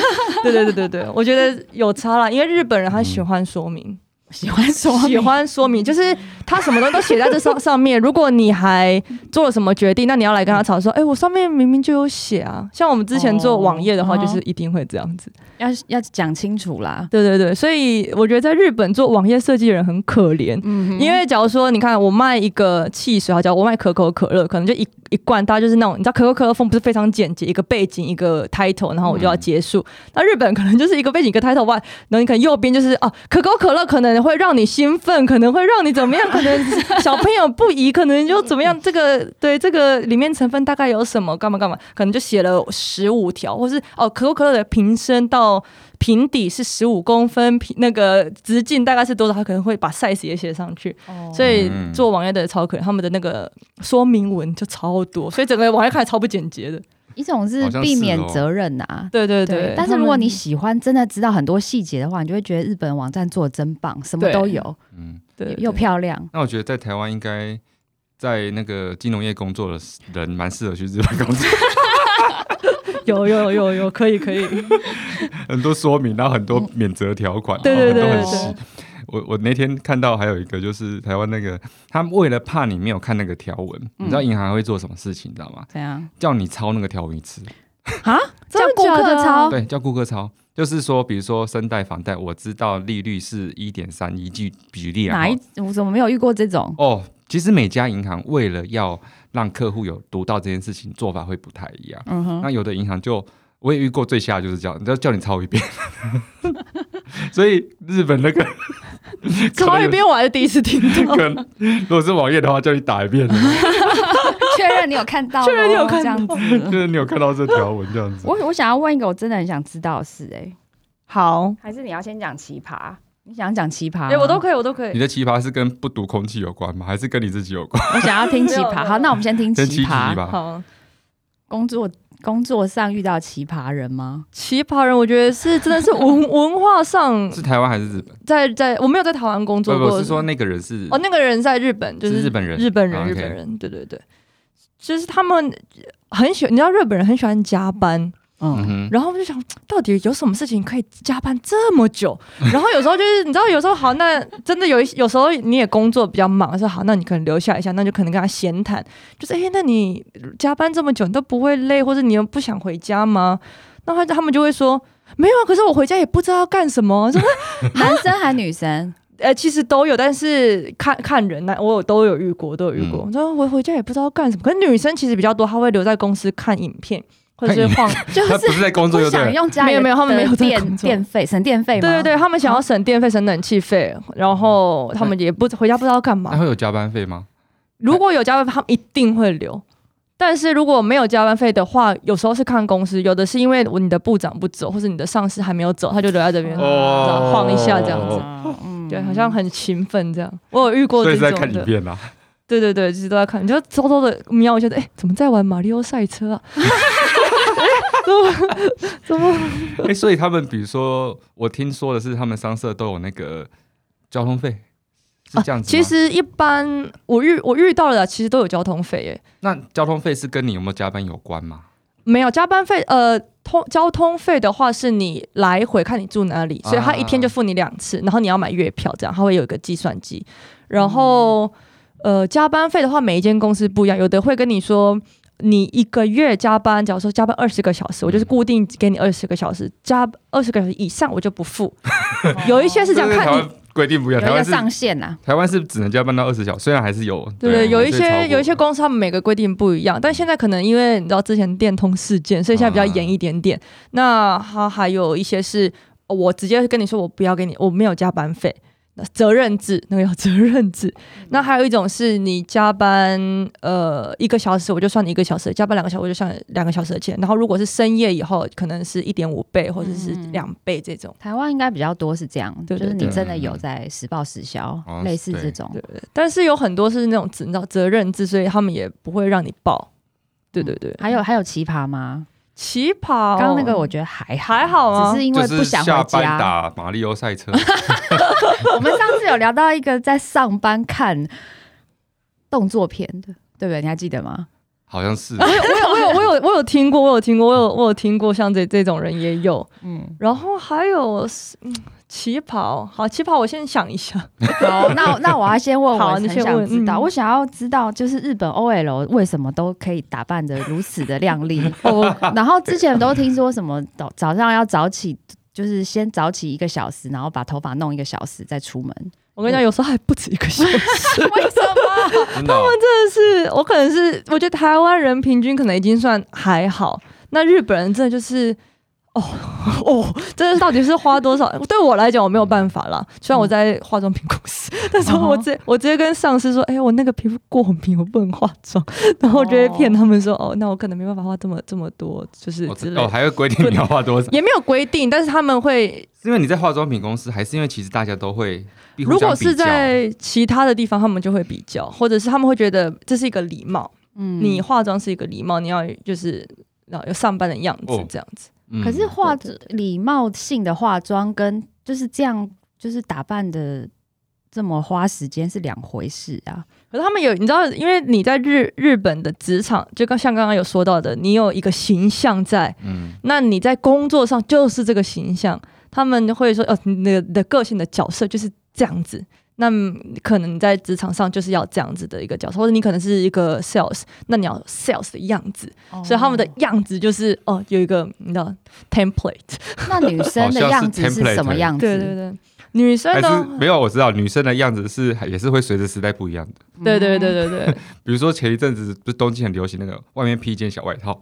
[SPEAKER 3] 对对对对对，我觉得有差啦，因为日本人他喜欢说明。
[SPEAKER 1] 喜欢说明
[SPEAKER 3] 喜欢说明，就是他什么东西都写在这上上面。如果你还做了什么决定，那你要来跟他吵说，哎、我上面明明就有写啊。像我们之前做网页的话，
[SPEAKER 1] 哦
[SPEAKER 3] 就是一定会这样子。
[SPEAKER 1] 要要讲清楚啦。
[SPEAKER 3] 对对对，所以我觉得在日本做网页设计的人很可怜。
[SPEAKER 1] 嗯
[SPEAKER 3] 因为假如说你看我卖一个汽水，好，假如我卖可口可乐，可能就一一罐，大家就是那种你知道可口可乐风不是非常简洁，一个背景一个 title，然后我就要结束。那日本可能就是一个背景一个 title 外，然后你可能右边就是啊，可口可乐可能会让你兴奋，可能会让你怎么样，可能小朋友不宜，可能就怎么样。这个对这个里面成分大概有什么，干嘛干嘛，可能就写了十五条，或是哦可口可乐的瓶身到。瓶底是十五公分，瓶那个直径大概是多少？它可能会把 size 也写上去，所以
[SPEAKER 2] 嗯
[SPEAKER 3] 做网页的超可能他们的那个说明文就超多，所以整个网页看起来超不简洁的。
[SPEAKER 1] 一种是
[SPEAKER 2] 好像是
[SPEAKER 1] 避免
[SPEAKER 2] 哦
[SPEAKER 1] 责任呐、啊。
[SPEAKER 3] 对对
[SPEAKER 1] 对
[SPEAKER 3] 对，，
[SPEAKER 1] 但是
[SPEAKER 3] 他们
[SPEAKER 1] 如果你喜欢真的知道很多细节的话，你就会觉得日本网站做的真棒，什么
[SPEAKER 3] 对
[SPEAKER 1] 都有，
[SPEAKER 2] 嗯，
[SPEAKER 3] 对
[SPEAKER 1] 又漂亮。
[SPEAKER 2] 那我觉得在台湾应该在那个金融业工作的人蛮适合去日本工作，
[SPEAKER 3] 有有有有可以可 以，
[SPEAKER 2] 很多说明，然后很多免责条款，
[SPEAKER 3] 嗯对对对
[SPEAKER 2] 然后很多
[SPEAKER 3] 对
[SPEAKER 2] 很细
[SPEAKER 3] 对，
[SPEAKER 2] 我我那天看到还有一个就是台湾那个，他们为了怕你没有看那个条文，你
[SPEAKER 3] 嗯
[SPEAKER 2] 知道银行会做什么事情，你知道吗？
[SPEAKER 1] 怎样
[SPEAKER 2] 叫你抄那个条文一次，
[SPEAKER 1] 啊？叫顾客抄，
[SPEAKER 2] 对，叫顾客抄，就是说，比如说生贷、房贷，我知道利率是一点三一，举举例啊，
[SPEAKER 1] 哪一？我怎么没有遇过这种？
[SPEAKER 2] 哦，其实每家银行为了要
[SPEAKER 4] 让客户有读到这件事情，做法会不太一样。
[SPEAKER 1] 嗯哼，
[SPEAKER 4] 那有的银行就我也遇过，最下就是这样，叫叫你抄一遍。 所以日本 那个
[SPEAKER 3] 抄 一遍我还是第一次听 到，
[SPEAKER 2] 可能如果是网页的话，叫你打一 遍，
[SPEAKER 1] 确认你有看到哦，
[SPEAKER 3] 确认你有看
[SPEAKER 1] 这样
[SPEAKER 3] 到
[SPEAKER 2] 就
[SPEAKER 1] 子。
[SPEAKER 2] 是你有看到这条文这样子。
[SPEAKER 1] 我我想要问一个我真的很想知道的事、哎，
[SPEAKER 3] 好，
[SPEAKER 1] 还是你要先讲奇葩？你想讲奇葩吗？
[SPEAKER 3] 哎、我都可以，我都可
[SPEAKER 4] 你
[SPEAKER 3] 以。
[SPEAKER 4] 的奇葩是跟不读空气有关吗？还是跟你自己有关？
[SPEAKER 1] 我想要听奇
[SPEAKER 3] 没有没
[SPEAKER 1] 葩。
[SPEAKER 3] 有
[SPEAKER 1] 好，那我们先听
[SPEAKER 4] 跟七
[SPEAKER 1] 奇
[SPEAKER 4] 级
[SPEAKER 1] 葩。
[SPEAKER 4] 吧，
[SPEAKER 3] 好，
[SPEAKER 1] 工作工作上遇到奇葩人吗？
[SPEAKER 3] 奇葩人，我觉得是真的是文 文化上
[SPEAKER 4] 是台湾还是日本？
[SPEAKER 3] 在在，我没有在台湾工作
[SPEAKER 4] 不
[SPEAKER 3] 过，
[SPEAKER 4] 不，是说那个人是
[SPEAKER 3] 哦，那个人在日本，就是
[SPEAKER 4] 日本人
[SPEAKER 3] 日本人，
[SPEAKER 4] 啊
[SPEAKER 3] 日
[SPEAKER 4] OK
[SPEAKER 3] 本人，对对对，就是他们很喜欢，你知道日本人很喜欢加班，
[SPEAKER 1] 嗯，
[SPEAKER 4] 嗯哼，
[SPEAKER 3] 然后我就想，到底有什么事情可以加班这么久？ 然后有时候就是你知道，有时候好，那真的有一有时候你也工作比较忙，说好，那你可能留下一下，那就可能跟他闲谈，就是哎、诶那你加班这么久，你都不会累，或者你又不想回家吗？那他他们就会说。没有啊，可是我回家也不知道要干什么。说
[SPEAKER 4] 嗯
[SPEAKER 1] 男生还 女生？
[SPEAKER 3] 呃，其实都有，但是看看人那我有都有遇过，都有遇过。
[SPEAKER 4] 嗯
[SPEAKER 3] 然后我回家也不知道干什么，可是女生其实比较多，她会留在公司看影片或者是
[SPEAKER 4] 看影
[SPEAKER 3] 晃。
[SPEAKER 1] 就
[SPEAKER 4] 他不是在工作
[SPEAKER 1] 不
[SPEAKER 4] 就对
[SPEAKER 1] 想
[SPEAKER 4] 了，
[SPEAKER 1] 用家里
[SPEAKER 3] 没有没有他们
[SPEAKER 1] 的
[SPEAKER 3] 没有在
[SPEAKER 1] 电
[SPEAKER 3] 工作
[SPEAKER 1] 电费省电费
[SPEAKER 3] 对
[SPEAKER 1] 吗？
[SPEAKER 3] 对对，他们想要省电费、省冷气费，然后
[SPEAKER 2] 嗯
[SPEAKER 3] 他们也不回家不知道干
[SPEAKER 4] 那
[SPEAKER 3] 嘛。
[SPEAKER 4] 会有加班费吗？
[SPEAKER 3] 如果有加班费，他们一定会留。但是如果没有加班费的话，有时候是看公司，有的是因为你的部长不走，或是你的上司还没有走，他就留在这边、
[SPEAKER 2] 哦
[SPEAKER 3] 嗯啊晃一下这样子。
[SPEAKER 4] 哦
[SPEAKER 1] 嗯
[SPEAKER 3] 对，好像很勤奋这样。我有遇过
[SPEAKER 2] 所以
[SPEAKER 3] 这
[SPEAKER 2] 是在
[SPEAKER 3] 种
[SPEAKER 2] 看
[SPEAKER 3] 的
[SPEAKER 2] 影。
[SPEAKER 4] 啊
[SPEAKER 2] 片啦，
[SPEAKER 3] 对对对，其实都在看，你就偷偷的瞄一下，哎、怎么在玩马里奥赛车 啊？ 哎怎么怎么？
[SPEAKER 4] 哎，所以他们比如说，我听说的是他们商社都有那个交通费，是这样子吗。
[SPEAKER 3] 啊其实一般我遇我遇到了，啊其实都有交通费耶，
[SPEAKER 4] 那交通费是跟你有没有加班有关吗？
[SPEAKER 3] 没有加班费。呃，通交通费的话是你来回看你住哪里，所以他一天就付你两次，然后你要买月票，这样他会有一个计算机。然后呃，加班费的话，每一间公司不一样，有的会跟你说。你一个月加班，假如说加班二十个小时，我就是固定给你二十个小时，加二十个小时以上我就不付。 有一些是这样
[SPEAKER 4] 这跟台
[SPEAKER 3] 看
[SPEAKER 4] 湾
[SPEAKER 3] 你，
[SPEAKER 4] 规定不一样，
[SPEAKER 1] 有
[SPEAKER 4] 台
[SPEAKER 1] 一个
[SPEAKER 4] 湾是
[SPEAKER 1] 上限啊呐。
[SPEAKER 4] 台湾是只能加班到二十小时，虽然还是有，
[SPEAKER 3] 对对，有
[SPEAKER 4] 还
[SPEAKER 3] 一
[SPEAKER 4] 是超
[SPEAKER 3] 些
[SPEAKER 4] 过
[SPEAKER 3] 有一些公司他们每个规定不一样，但现在可能因为你知道之前电通事件，所以现
[SPEAKER 4] 啊
[SPEAKER 3] 在比较严一点点。那它还有一些是呃我直接跟你说我不要给你，我没有加班费。那责任制，那个叫责任制。
[SPEAKER 4] 嗯
[SPEAKER 3] 那还有一种是你加班呃一个小时，我就算你一个小时；加班两个小时，我就算两个小时的钱。然后如果是深夜以后，可能是一点五倍或者是
[SPEAKER 1] 嗯嗯
[SPEAKER 3] 两倍这种。
[SPEAKER 1] 台湾应该比较多是这样，
[SPEAKER 3] 对对
[SPEAKER 1] 就是你
[SPEAKER 3] 对
[SPEAKER 1] 真的有在实报实销，
[SPEAKER 4] 哦
[SPEAKER 1] 类似这种
[SPEAKER 3] 对对，
[SPEAKER 4] 嗯
[SPEAKER 3] 对但是有很多是那种责你知道责任制，所以他们也不会让你报。对对对，
[SPEAKER 1] 还有还有奇葩吗？
[SPEAKER 3] 奇葩哦、
[SPEAKER 1] 刚刚那个我觉得还好
[SPEAKER 3] 还好啊
[SPEAKER 1] 只是因为
[SPEAKER 4] 就是
[SPEAKER 1] 不想
[SPEAKER 4] 下
[SPEAKER 1] 回
[SPEAKER 4] 班
[SPEAKER 1] 家。
[SPEAKER 4] 打马里奥赛 车，
[SPEAKER 1] 我们上次有聊到一个在上班看动作片的，对不对？你还记得吗？
[SPEAKER 4] 好像是
[SPEAKER 3] 哎 我有我有我有听过，我有听过，我有我有听过，像这这种人也有。
[SPEAKER 1] 嗯，
[SPEAKER 3] 然后还有是嗯旗袍，好旗袍，我先想一下。
[SPEAKER 1] 好，哦那那我要先问，
[SPEAKER 3] 好
[SPEAKER 1] 我很
[SPEAKER 3] 你先
[SPEAKER 1] 想
[SPEAKER 3] 问
[SPEAKER 1] 知道，
[SPEAKER 3] 嗯
[SPEAKER 1] 我想要知道，就是日本 OL 为什么都可以打扮的如此的靓 丽？
[SPEAKER 3] 哦，
[SPEAKER 1] 然后之前都听说什么早早上要早起，就是先早起一个小时，然后把头发弄一个小时再 出门。
[SPEAKER 3] 我跟你讲，有时候还不止一个小时。
[SPEAKER 1] 为什么？
[SPEAKER 4] 真的哦、
[SPEAKER 3] 但是我可能是，我觉得台湾人平均可能已经算还好，那日本人真的就是。哦 哦，真的到底是花多少？ 对我来讲，我没有办法啦。虽然我在化妆品公司， 但是
[SPEAKER 1] 嗯哼
[SPEAKER 3] 我
[SPEAKER 4] 哦
[SPEAKER 3] 直我直接跟上司说：“哎、我那个皮肤过敏，我不能化妆。” 然后我就会骗他们说：“哦，那我可能没办法化这么这么多，就是
[SPEAKER 4] 我
[SPEAKER 3] 之
[SPEAKER 4] 知
[SPEAKER 3] 类的
[SPEAKER 4] 道，哦还会规定你要花多少，
[SPEAKER 3] 也没有规定，但是他们会，
[SPEAKER 4] 是因为你在化妆品公司，还是因为其实大家都会互相
[SPEAKER 3] 如果是
[SPEAKER 4] 比较
[SPEAKER 3] 在其他的地方，他们就会比较，或者是他们会觉得这是一个礼貌。
[SPEAKER 1] 嗯
[SPEAKER 3] 你化妆是一个礼貌，你要就是要有上班的样子
[SPEAKER 4] 哦
[SPEAKER 3] 这样子。
[SPEAKER 4] 嗯
[SPEAKER 1] 可是化
[SPEAKER 3] 对
[SPEAKER 1] 礼貌性的化妆跟就是这样就是打扮的这么花时间是两回事啊。
[SPEAKER 3] 可是他们有，你知道，因为你在日日本的职场，就刚像刚刚有说到的，你有一个形象在，
[SPEAKER 4] 嗯，
[SPEAKER 3] 那你在工作上就是这个形象。他们会说，哦，你的你的个性的角色就是这样子。那么可能你在职场上就是要这样子的一个角色，或者你可能是一个 sales，那你要 sales 的样子。
[SPEAKER 1] 哦
[SPEAKER 3] 所以他们的样子就是哦，有一个你知道 template，
[SPEAKER 1] 那女生的样子是什么样子？
[SPEAKER 3] 对对对，女生
[SPEAKER 2] 还是
[SPEAKER 3] 呢？
[SPEAKER 2] 没有，我知道女生的样子是也是会随着时代不一样的。
[SPEAKER 3] 对对对对对，
[SPEAKER 2] 比如说前一阵子不是东京很流行那个外面披一件小外 套，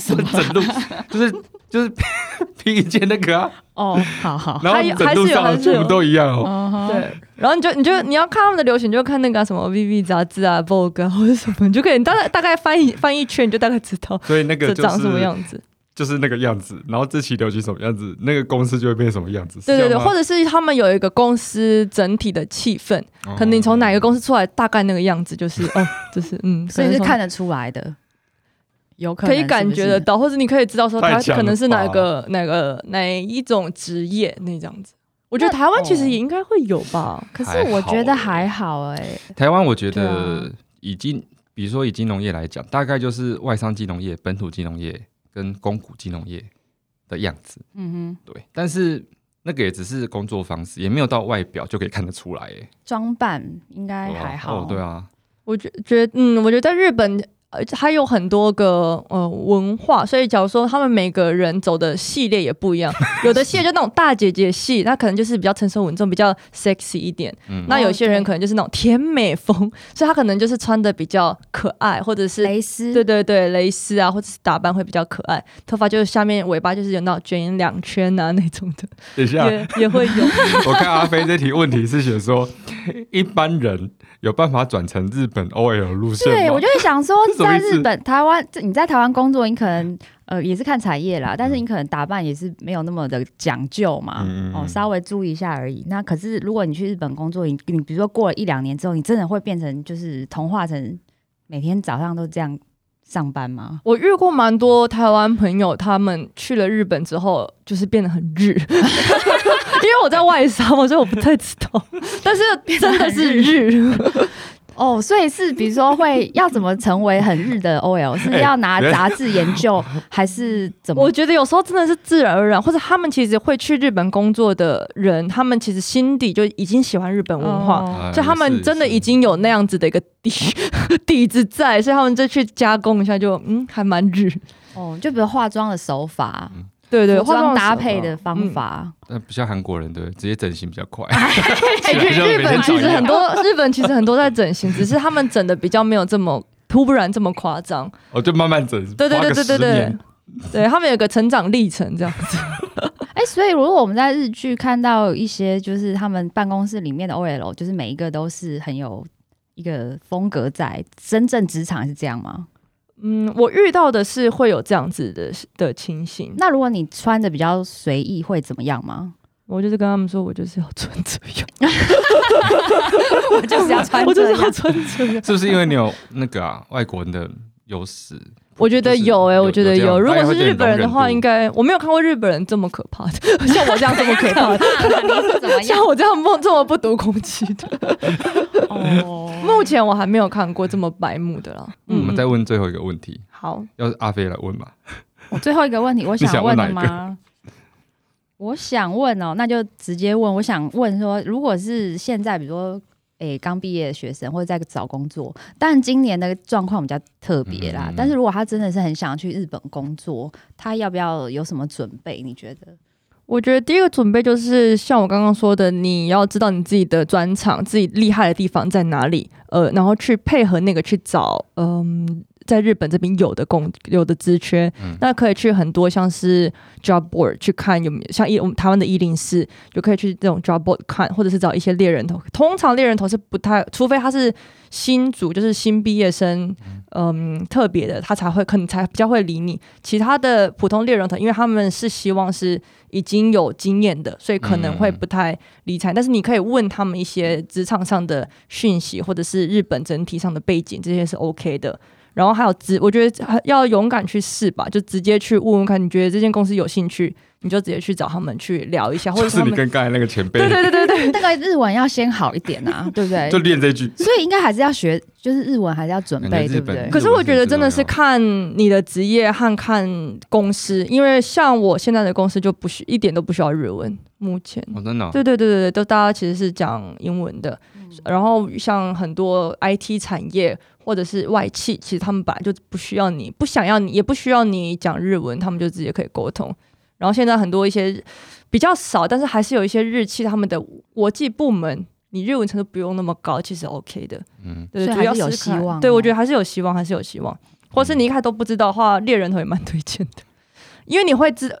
[SPEAKER 1] 什么
[SPEAKER 3] 啊
[SPEAKER 2] 整路就是就是 披披一件那个啊，
[SPEAKER 1] 哦，好好，
[SPEAKER 2] 然后
[SPEAKER 3] 还有
[SPEAKER 2] 整路上
[SPEAKER 3] 还
[SPEAKER 2] 的
[SPEAKER 3] 是有
[SPEAKER 2] 全部都一样哦。
[SPEAKER 1] 嗯哼，
[SPEAKER 3] 对，然后你就你
[SPEAKER 2] 嗯
[SPEAKER 3] 就你要看他们的流行，你就看那个啊什么 VV 杂志啊、Vogue 啊或者什么，你就可以你大概大概翻一翻一圈，你就大概知道
[SPEAKER 2] 所以那个
[SPEAKER 3] 这
[SPEAKER 2] 就
[SPEAKER 3] 长什么
[SPEAKER 2] 是
[SPEAKER 3] 样子。
[SPEAKER 2] 就是那个样子，然后这期流行什么样子，那个公司就会变什么样子。
[SPEAKER 3] 对对对，或
[SPEAKER 2] 者
[SPEAKER 3] 者是他们有一个公司整体的气氛，
[SPEAKER 2] 哦
[SPEAKER 3] 可能你从哪个公司出来，大概那个样 子就是哦，就是嗯，
[SPEAKER 1] 所以
[SPEAKER 3] 可能
[SPEAKER 1] 是
[SPEAKER 3] 从
[SPEAKER 1] 看得出来的，有可
[SPEAKER 3] 可
[SPEAKER 1] 能
[SPEAKER 3] 以感觉得
[SPEAKER 1] 到。
[SPEAKER 3] 到，或者你可以知道说
[SPEAKER 2] 太
[SPEAKER 3] 他
[SPEAKER 2] 强
[SPEAKER 3] 可能是
[SPEAKER 2] 了吧
[SPEAKER 3] 哪个哪个哪一种职业那这样子。我觉得台湾其
[SPEAKER 2] 哦
[SPEAKER 3] 实也应该会有吧，
[SPEAKER 1] 可是我觉得还好哎、
[SPEAKER 4] 台湾我觉
[SPEAKER 1] 对
[SPEAKER 3] 啊
[SPEAKER 4] 得已经，比如说以金融业来讲，大概就是外商金融业、本土金融业跟公股金融业的样子。
[SPEAKER 1] 嗯
[SPEAKER 4] 对，但是那个也只是工作方式，也没有到外表就可以看得出来。哎，
[SPEAKER 1] 哼，装扮应该
[SPEAKER 4] 对吧
[SPEAKER 1] 还好。
[SPEAKER 4] 哦，对啊，
[SPEAKER 3] 我觉觉嗯，我觉得在日本。呃，还有很多个呃文化，所以假如说他们每个人走的系列也不一样，有的系列就那种大姐姐系，那可能就是比较成熟稳重，比较 sexy 一点。
[SPEAKER 4] 嗯，
[SPEAKER 3] 那有些人
[SPEAKER 1] 哦对
[SPEAKER 3] 可能就是那种甜美风，所以他可能就是穿的比较可爱，或者是
[SPEAKER 1] 蕾丝，
[SPEAKER 3] 对对对，蕾丝啊，或者是打扮会比较可爱，头发就是下面尾巴就是有那种卷两圈啊那种的，
[SPEAKER 2] 等一下，
[SPEAKER 3] 也也会有。
[SPEAKER 2] 我看阿飞这题问题是写说，一般人有办法转成日本 OL 路线吗？
[SPEAKER 1] 对，我就会想 说
[SPEAKER 2] 这，什么
[SPEAKER 1] 在
[SPEAKER 2] 意思
[SPEAKER 1] 日本、台湾，这你在台湾工作，你可能呃也是看产业
[SPEAKER 3] 嗯
[SPEAKER 1] 啦，但是你可能打扮也是没有那么的讲究嘛，
[SPEAKER 2] 嗯嗯嗯
[SPEAKER 1] 哦，稍微注意一下而已。那可是如果你去日本工作，你你比如说过了一两年之后，你真的会变成就是同化成每天早上都这样上班吗？
[SPEAKER 3] 我遇过蛮多台湾朋友，他们去了日本之后，就是变得很 日，因为我在外商嘛，所以我不太知道， 但是真的是日，
[SPEAKER 1] 哦，所以是比如说会要怎么成为很日 的 OL，是要拿
[SPEAKER 2] 人
[SPEAKER 1] 杂志研究，还是怎么
[SPEAKER 3] 哎我？觉得有时候真的是自然而然，或者他们其实会去日本工作的人，他们其实心底就已经喜欢日本文化，
[SPEAKER 1] 哦
[SPEAKER 4] 哎
[SPEAKER 3] 就他们真的已经有那样子的一个 底底子在，所以他们再去加工一下就，嗯，还蛮日。
[SPEAKER 1] 哦，就比如化妆的手法，
[SPEAKER 3] 对对，
[SPEAKER 1] 服
[SPEAKER 3] 化
[SPEAKER 1] 装
[SPEAKER 3] 妆
[SPEAKER 1] 搭
[SPEAKER 3] 的时嗯
[SPEAKER 1] 配的方法。
[SPEAKER 4] 是但不像韩国人对，直接整形比较快。
[SPEAKER 3] 候。哎、
[SPEAKER 4] 起来就
[SPEAKER 3] 日
[SPEAKER 4] 每天
[SPEAKER 3] 本其
[SPEAKER 4] 长一
[SPEAKER 3] 实很
[SPEAKER 4] 样
[SPEAKER 3] 多，日本其实很多在整形，只是他们整的比较没有这么突然这么夸张。
[SPEAKER 4] 哦
[SPEAKER 2] 我就慢慢整，
[SPEAKER 3] 对对
[SPEAKER 2] 花
[SPEAKER 3] 对
[SPEAKER 2] 个
[SPEAKER 3] 对
[SPEAKER 2] 10
[SPEAKER 3] 对对
[SPEAKER 2] 年，
[SPEAKER 3] 对他们有个成长历程这样子。
[SPEAKER 1] 哎、所以如果我们在日剧看到一些，就是他们办公室里面的 OL，就是每一个都是很有一个风格在，真正职场是这样吗？
[SPEAKER 3] 嗯，我遇到的是会有这样子的的情形，
[SPEAKER 1] 那如果你穿的比较随意，会怎么样吗？
[SPEAKER 3] 我就是跟他们说，我就是要穿这样，
[SPEAKER 1] 我就是要穿
[SPEAKER 3] 我就
[SPEAKER 1] 这
[SPEAKER 3] 是要
[SPEAKER 1] 样。
[SPEAKER 3] 穿这样。
[SPEAKER 4] 是不是因为你有那个啊外国人的优势？
[SPEAKER 3] 我觉得有
[SPEAKER 4] 就是
[SPEAKER 3] 诶、
[SPEAKER 4] 有
[SPEAKER 3] 我觉得
[SPEAKER 4] 有这样
[SPEAKER 3] 如果
[SPEAKER 4] 大家
[SPEAKER 3] 是
[SPEAKER 4] 会对
[SPEAKER 3] 日
[SPEAKER 4] 你
[SPEAKER 3] 本人的
[SPEAKER 4] 容
[SPEAKER 3] 话，
[SPEAKER 4] 忍度
[SPEAKER 3] 应该我没有看过日本人这么可怕的， 像我这样这么可 怕的，
[SPEAKER 1] 你是怎么
[SPEAKER 3] 像我这样不这么不读空气的，
[SPEAKER 1] 哦，
[SPEAKER 3] 目前我还没有看过这么白目的啦。
[SPEAKER 4] 我们
[SPEAKER 3] 嗯，
[SPEAKER 4] 再问最后一个问题，
[SPEAKER 3] 好，
[SPEAKER 4] 要是阿飞来问吧。
[SPEAKER 1] 我最后一个问题，我
[SPEAKER 2] 你想
[SPEAKER 1] 问
[SPEAKER 2] 问哪
[SPEAKER 1] 的
[SPEAKER 2] 一个
[SPEAKER 1] 吗？我想问哦，那就直接问。我想问说，如果是现在，比如说，诶、刚毕业的学生或者在找工作，但今年的状况比较特别啦。
[SPEAKER 4] 嗯嗯嗯
[SPEAKER 1] 但是如果他真的是很想去日本工作，他要不要有什么准备？你觉得？
[SPEAKER 3] 我觉得第一个准备就是像我刚刚说的，你要知道你自己的专长、自己厉害的地方在哪里，呃，然后去配合那个去找，嗯、在日本这边有的工有的职缺，
[SPEAKER 4] 嗯
[SPEAKER 3] 那可以去很多像是 job board 去看有没有，像一我们台湾的一零四，就可以去这种 job board 看，或者是找一些猎人头。通常猎人头是不太，除非他是新组，就是新毕业生，嗯，特别的，他才会可能才比较会理你。其他的普通猎人头，因为他们是希望是已经有经验的，所以可能会不太理睬。但是你可以问他们一些职场上的讯息，或者是日本整体上的背景，这些是 OK 的。然后还有直，我觉得还要勇敢去试吧，就直接去问问看，你觉得这间公司有兴趣，你就直接去找他们去聊一下，或
[SPEAKER 2] 就
[SPEAKER 3] 者
[SPEAKER 2] 是
[SPEAKER 3] 他
[SPEAKER 2] 你
[SPEAKER 3] 们
[SPEAKER 2] 跟刚才那个前辈
[SPEAKER 3] 对对对对对，
[SPEAKER 1] 那个日文要先好一点啊，对不对
[SPEAKER 2] 就？练这句，
[SPEAKER 1] 所以应该还是要学，就是日文还是要准备，
[SPEAKER 4] 感觉
[SPEAKER 1] 对
[SPEAKER 4] 日
[SPEAKER 1] 不
[SPEAKER 4] 本
[SPEAKER 1] 对？
[SPEAKER 3] 可是我觉得真的是
[SPEAKER 4] 这个
[SPEAKER 3] 看你的职业和看公司，因为像我现在的公司就不需一点都不需要日文，目前。
[SPEAKER 4] 哦，真的哦
[SPEAKER 3] 对对对对对，都大家其实是讲英文的，然后像很多 IT 产业或者是外企，其实他们本来就不需要你，不想要你，也不需要你讲日文，他们就直接可以沟通。然后现在很多一些比较少，但是还是有一些日企他们的国际部门，你日文程度不用那么高，其实 OK 的。
[SPEAKER 4] 嗯，
[SPEAKER 3] 对，
[SPEAKER 1] 所以
[SPEAKER 3] 主要
[SPEAKER 1] 还是有
[SPEAKER 3] 试试看
[SPEAKER 1] 希望
[SPEAKER 3] 对，
[SPEAKER 1] 哦嗯
[SPEAKER 3] 我觉得还是有希望，还是有希望。或是你一开始都不知道的话，猎人头也蛮 推荐的，因为你会知，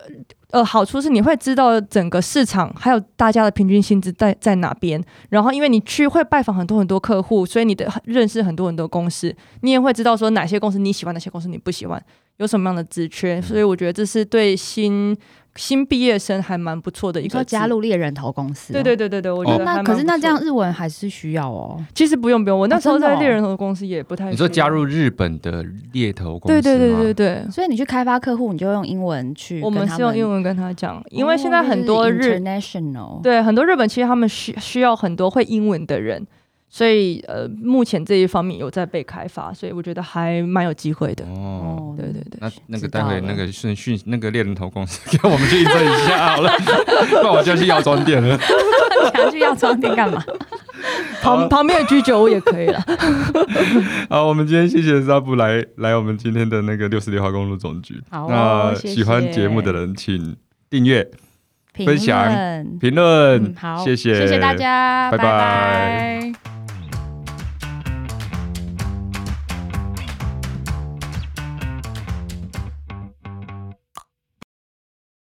[SPEAKER 3] 呃，好处是你会知道整个市场还有大家的平均薪资在在哪边。然后，因为你去会拜访很多很多客户，所以你的认识很多很多公司，你也会知道说哪些公司你喜欢，哪些公司你不喜欢，有什么样的职
[SPEAKER 1] 嗯
[SPEAKER 3] 缺。所以我觉得这是对新新毕业生还蛮不错的一
[SPEAKER 1] 你
[SPEAKER 3] 个
[SPEAKER 1] 说加
[SPEAKER 3] 职。
[SPEAKER 1] 入猎人头公司、
[SPEAKER 3] 对对。对对对，我觉
[SPEAKER 1] 哦
[SPEAKER 3] 得、，
[SPEAKER 1] 那可是那这样，日文还是需要哦。
[SPEAKER 3] 其实不用不用，我那
[SPEAKER 1] 哦
[SPEAKER 3] 时候
[SPEAKER 1] 真的
[SPEAKER 3] 在
[SPEAKER 1] 哦
[SPEAKER 3] 猎人头的公司也不太
[SPEAKER 4] 你说
[SPEAKER 3] 需要
[SPEAKER 4] 加入日本的猎头公司
[SPEAKER 3] 对
[SPEAKER 4] 吗？
[SPEAKER 3] 对对对对，
[SPEAKER 1] 所以你去开发客户，你就用英文去
[SPEAKER 3] 我
[SPEAKER 1] 跟
[SPEAKER 3] 们
[SPEAKER 1] 他
[SPEAKER 3] 是用英文跟他讲，因为现在
[SPEAKER 1] 哦
[SPEAKER 3] 很多
[SPEAKER 1] 就是
[SPEAKER 3] 日、
[SPEAKER 1] international，
[SPEAKER 3] 对很多日本其实他们需需要很多会英文的人，所以呃，目前这一方面有在被开发，所以我觉得还蛮有机会的。
[SPEAKER 4] 哦。
[SPEAKER 1] 哦，
[SPEAKER 3] 对对对，
[SPEAKER 4] 那那个
[SPEAKER 1] 知道
[SPEAKER 4] 待会
[SPEAKER 1] 了
[SPEAKER 4] 那 个顺序那个猎人头公司给我们去应征一下好 了，那我就去药妆店了。
[SPEAKER 1] 想要去药妆店干嘛？
[SPEAKER 4] 啊
[SPEAKER 3] 旁旁边的居酒屋也可以了。
[SPEAKER 2] 好，我们今天谢谢扎布来来我们今天的那个六十六号公路总局。
[SPEAKER 1] 好哦
[SPEAKER 2] 那
[SPEAKER 1] 谢
[SPEAKER 2] 喜欢节目的
[SPEAKER 1] 谢
[SPEAKER 2] 人，请订阅、
[SPEAKER 1] 评
[SPEAKER 2] 分享
[SPEAKER 1] 论
[SPEAKER 2] 评论
[SPEAKER 1] 嗯，好，
[SPEAKER 2] 谢谢，
[SPEAKER 1] 谢谢大。家，
[SPEAKER 2] 拜
[SPEAKER 1] 拜
[SPEAKER 2] 拜
[SPEAKER 1] 拜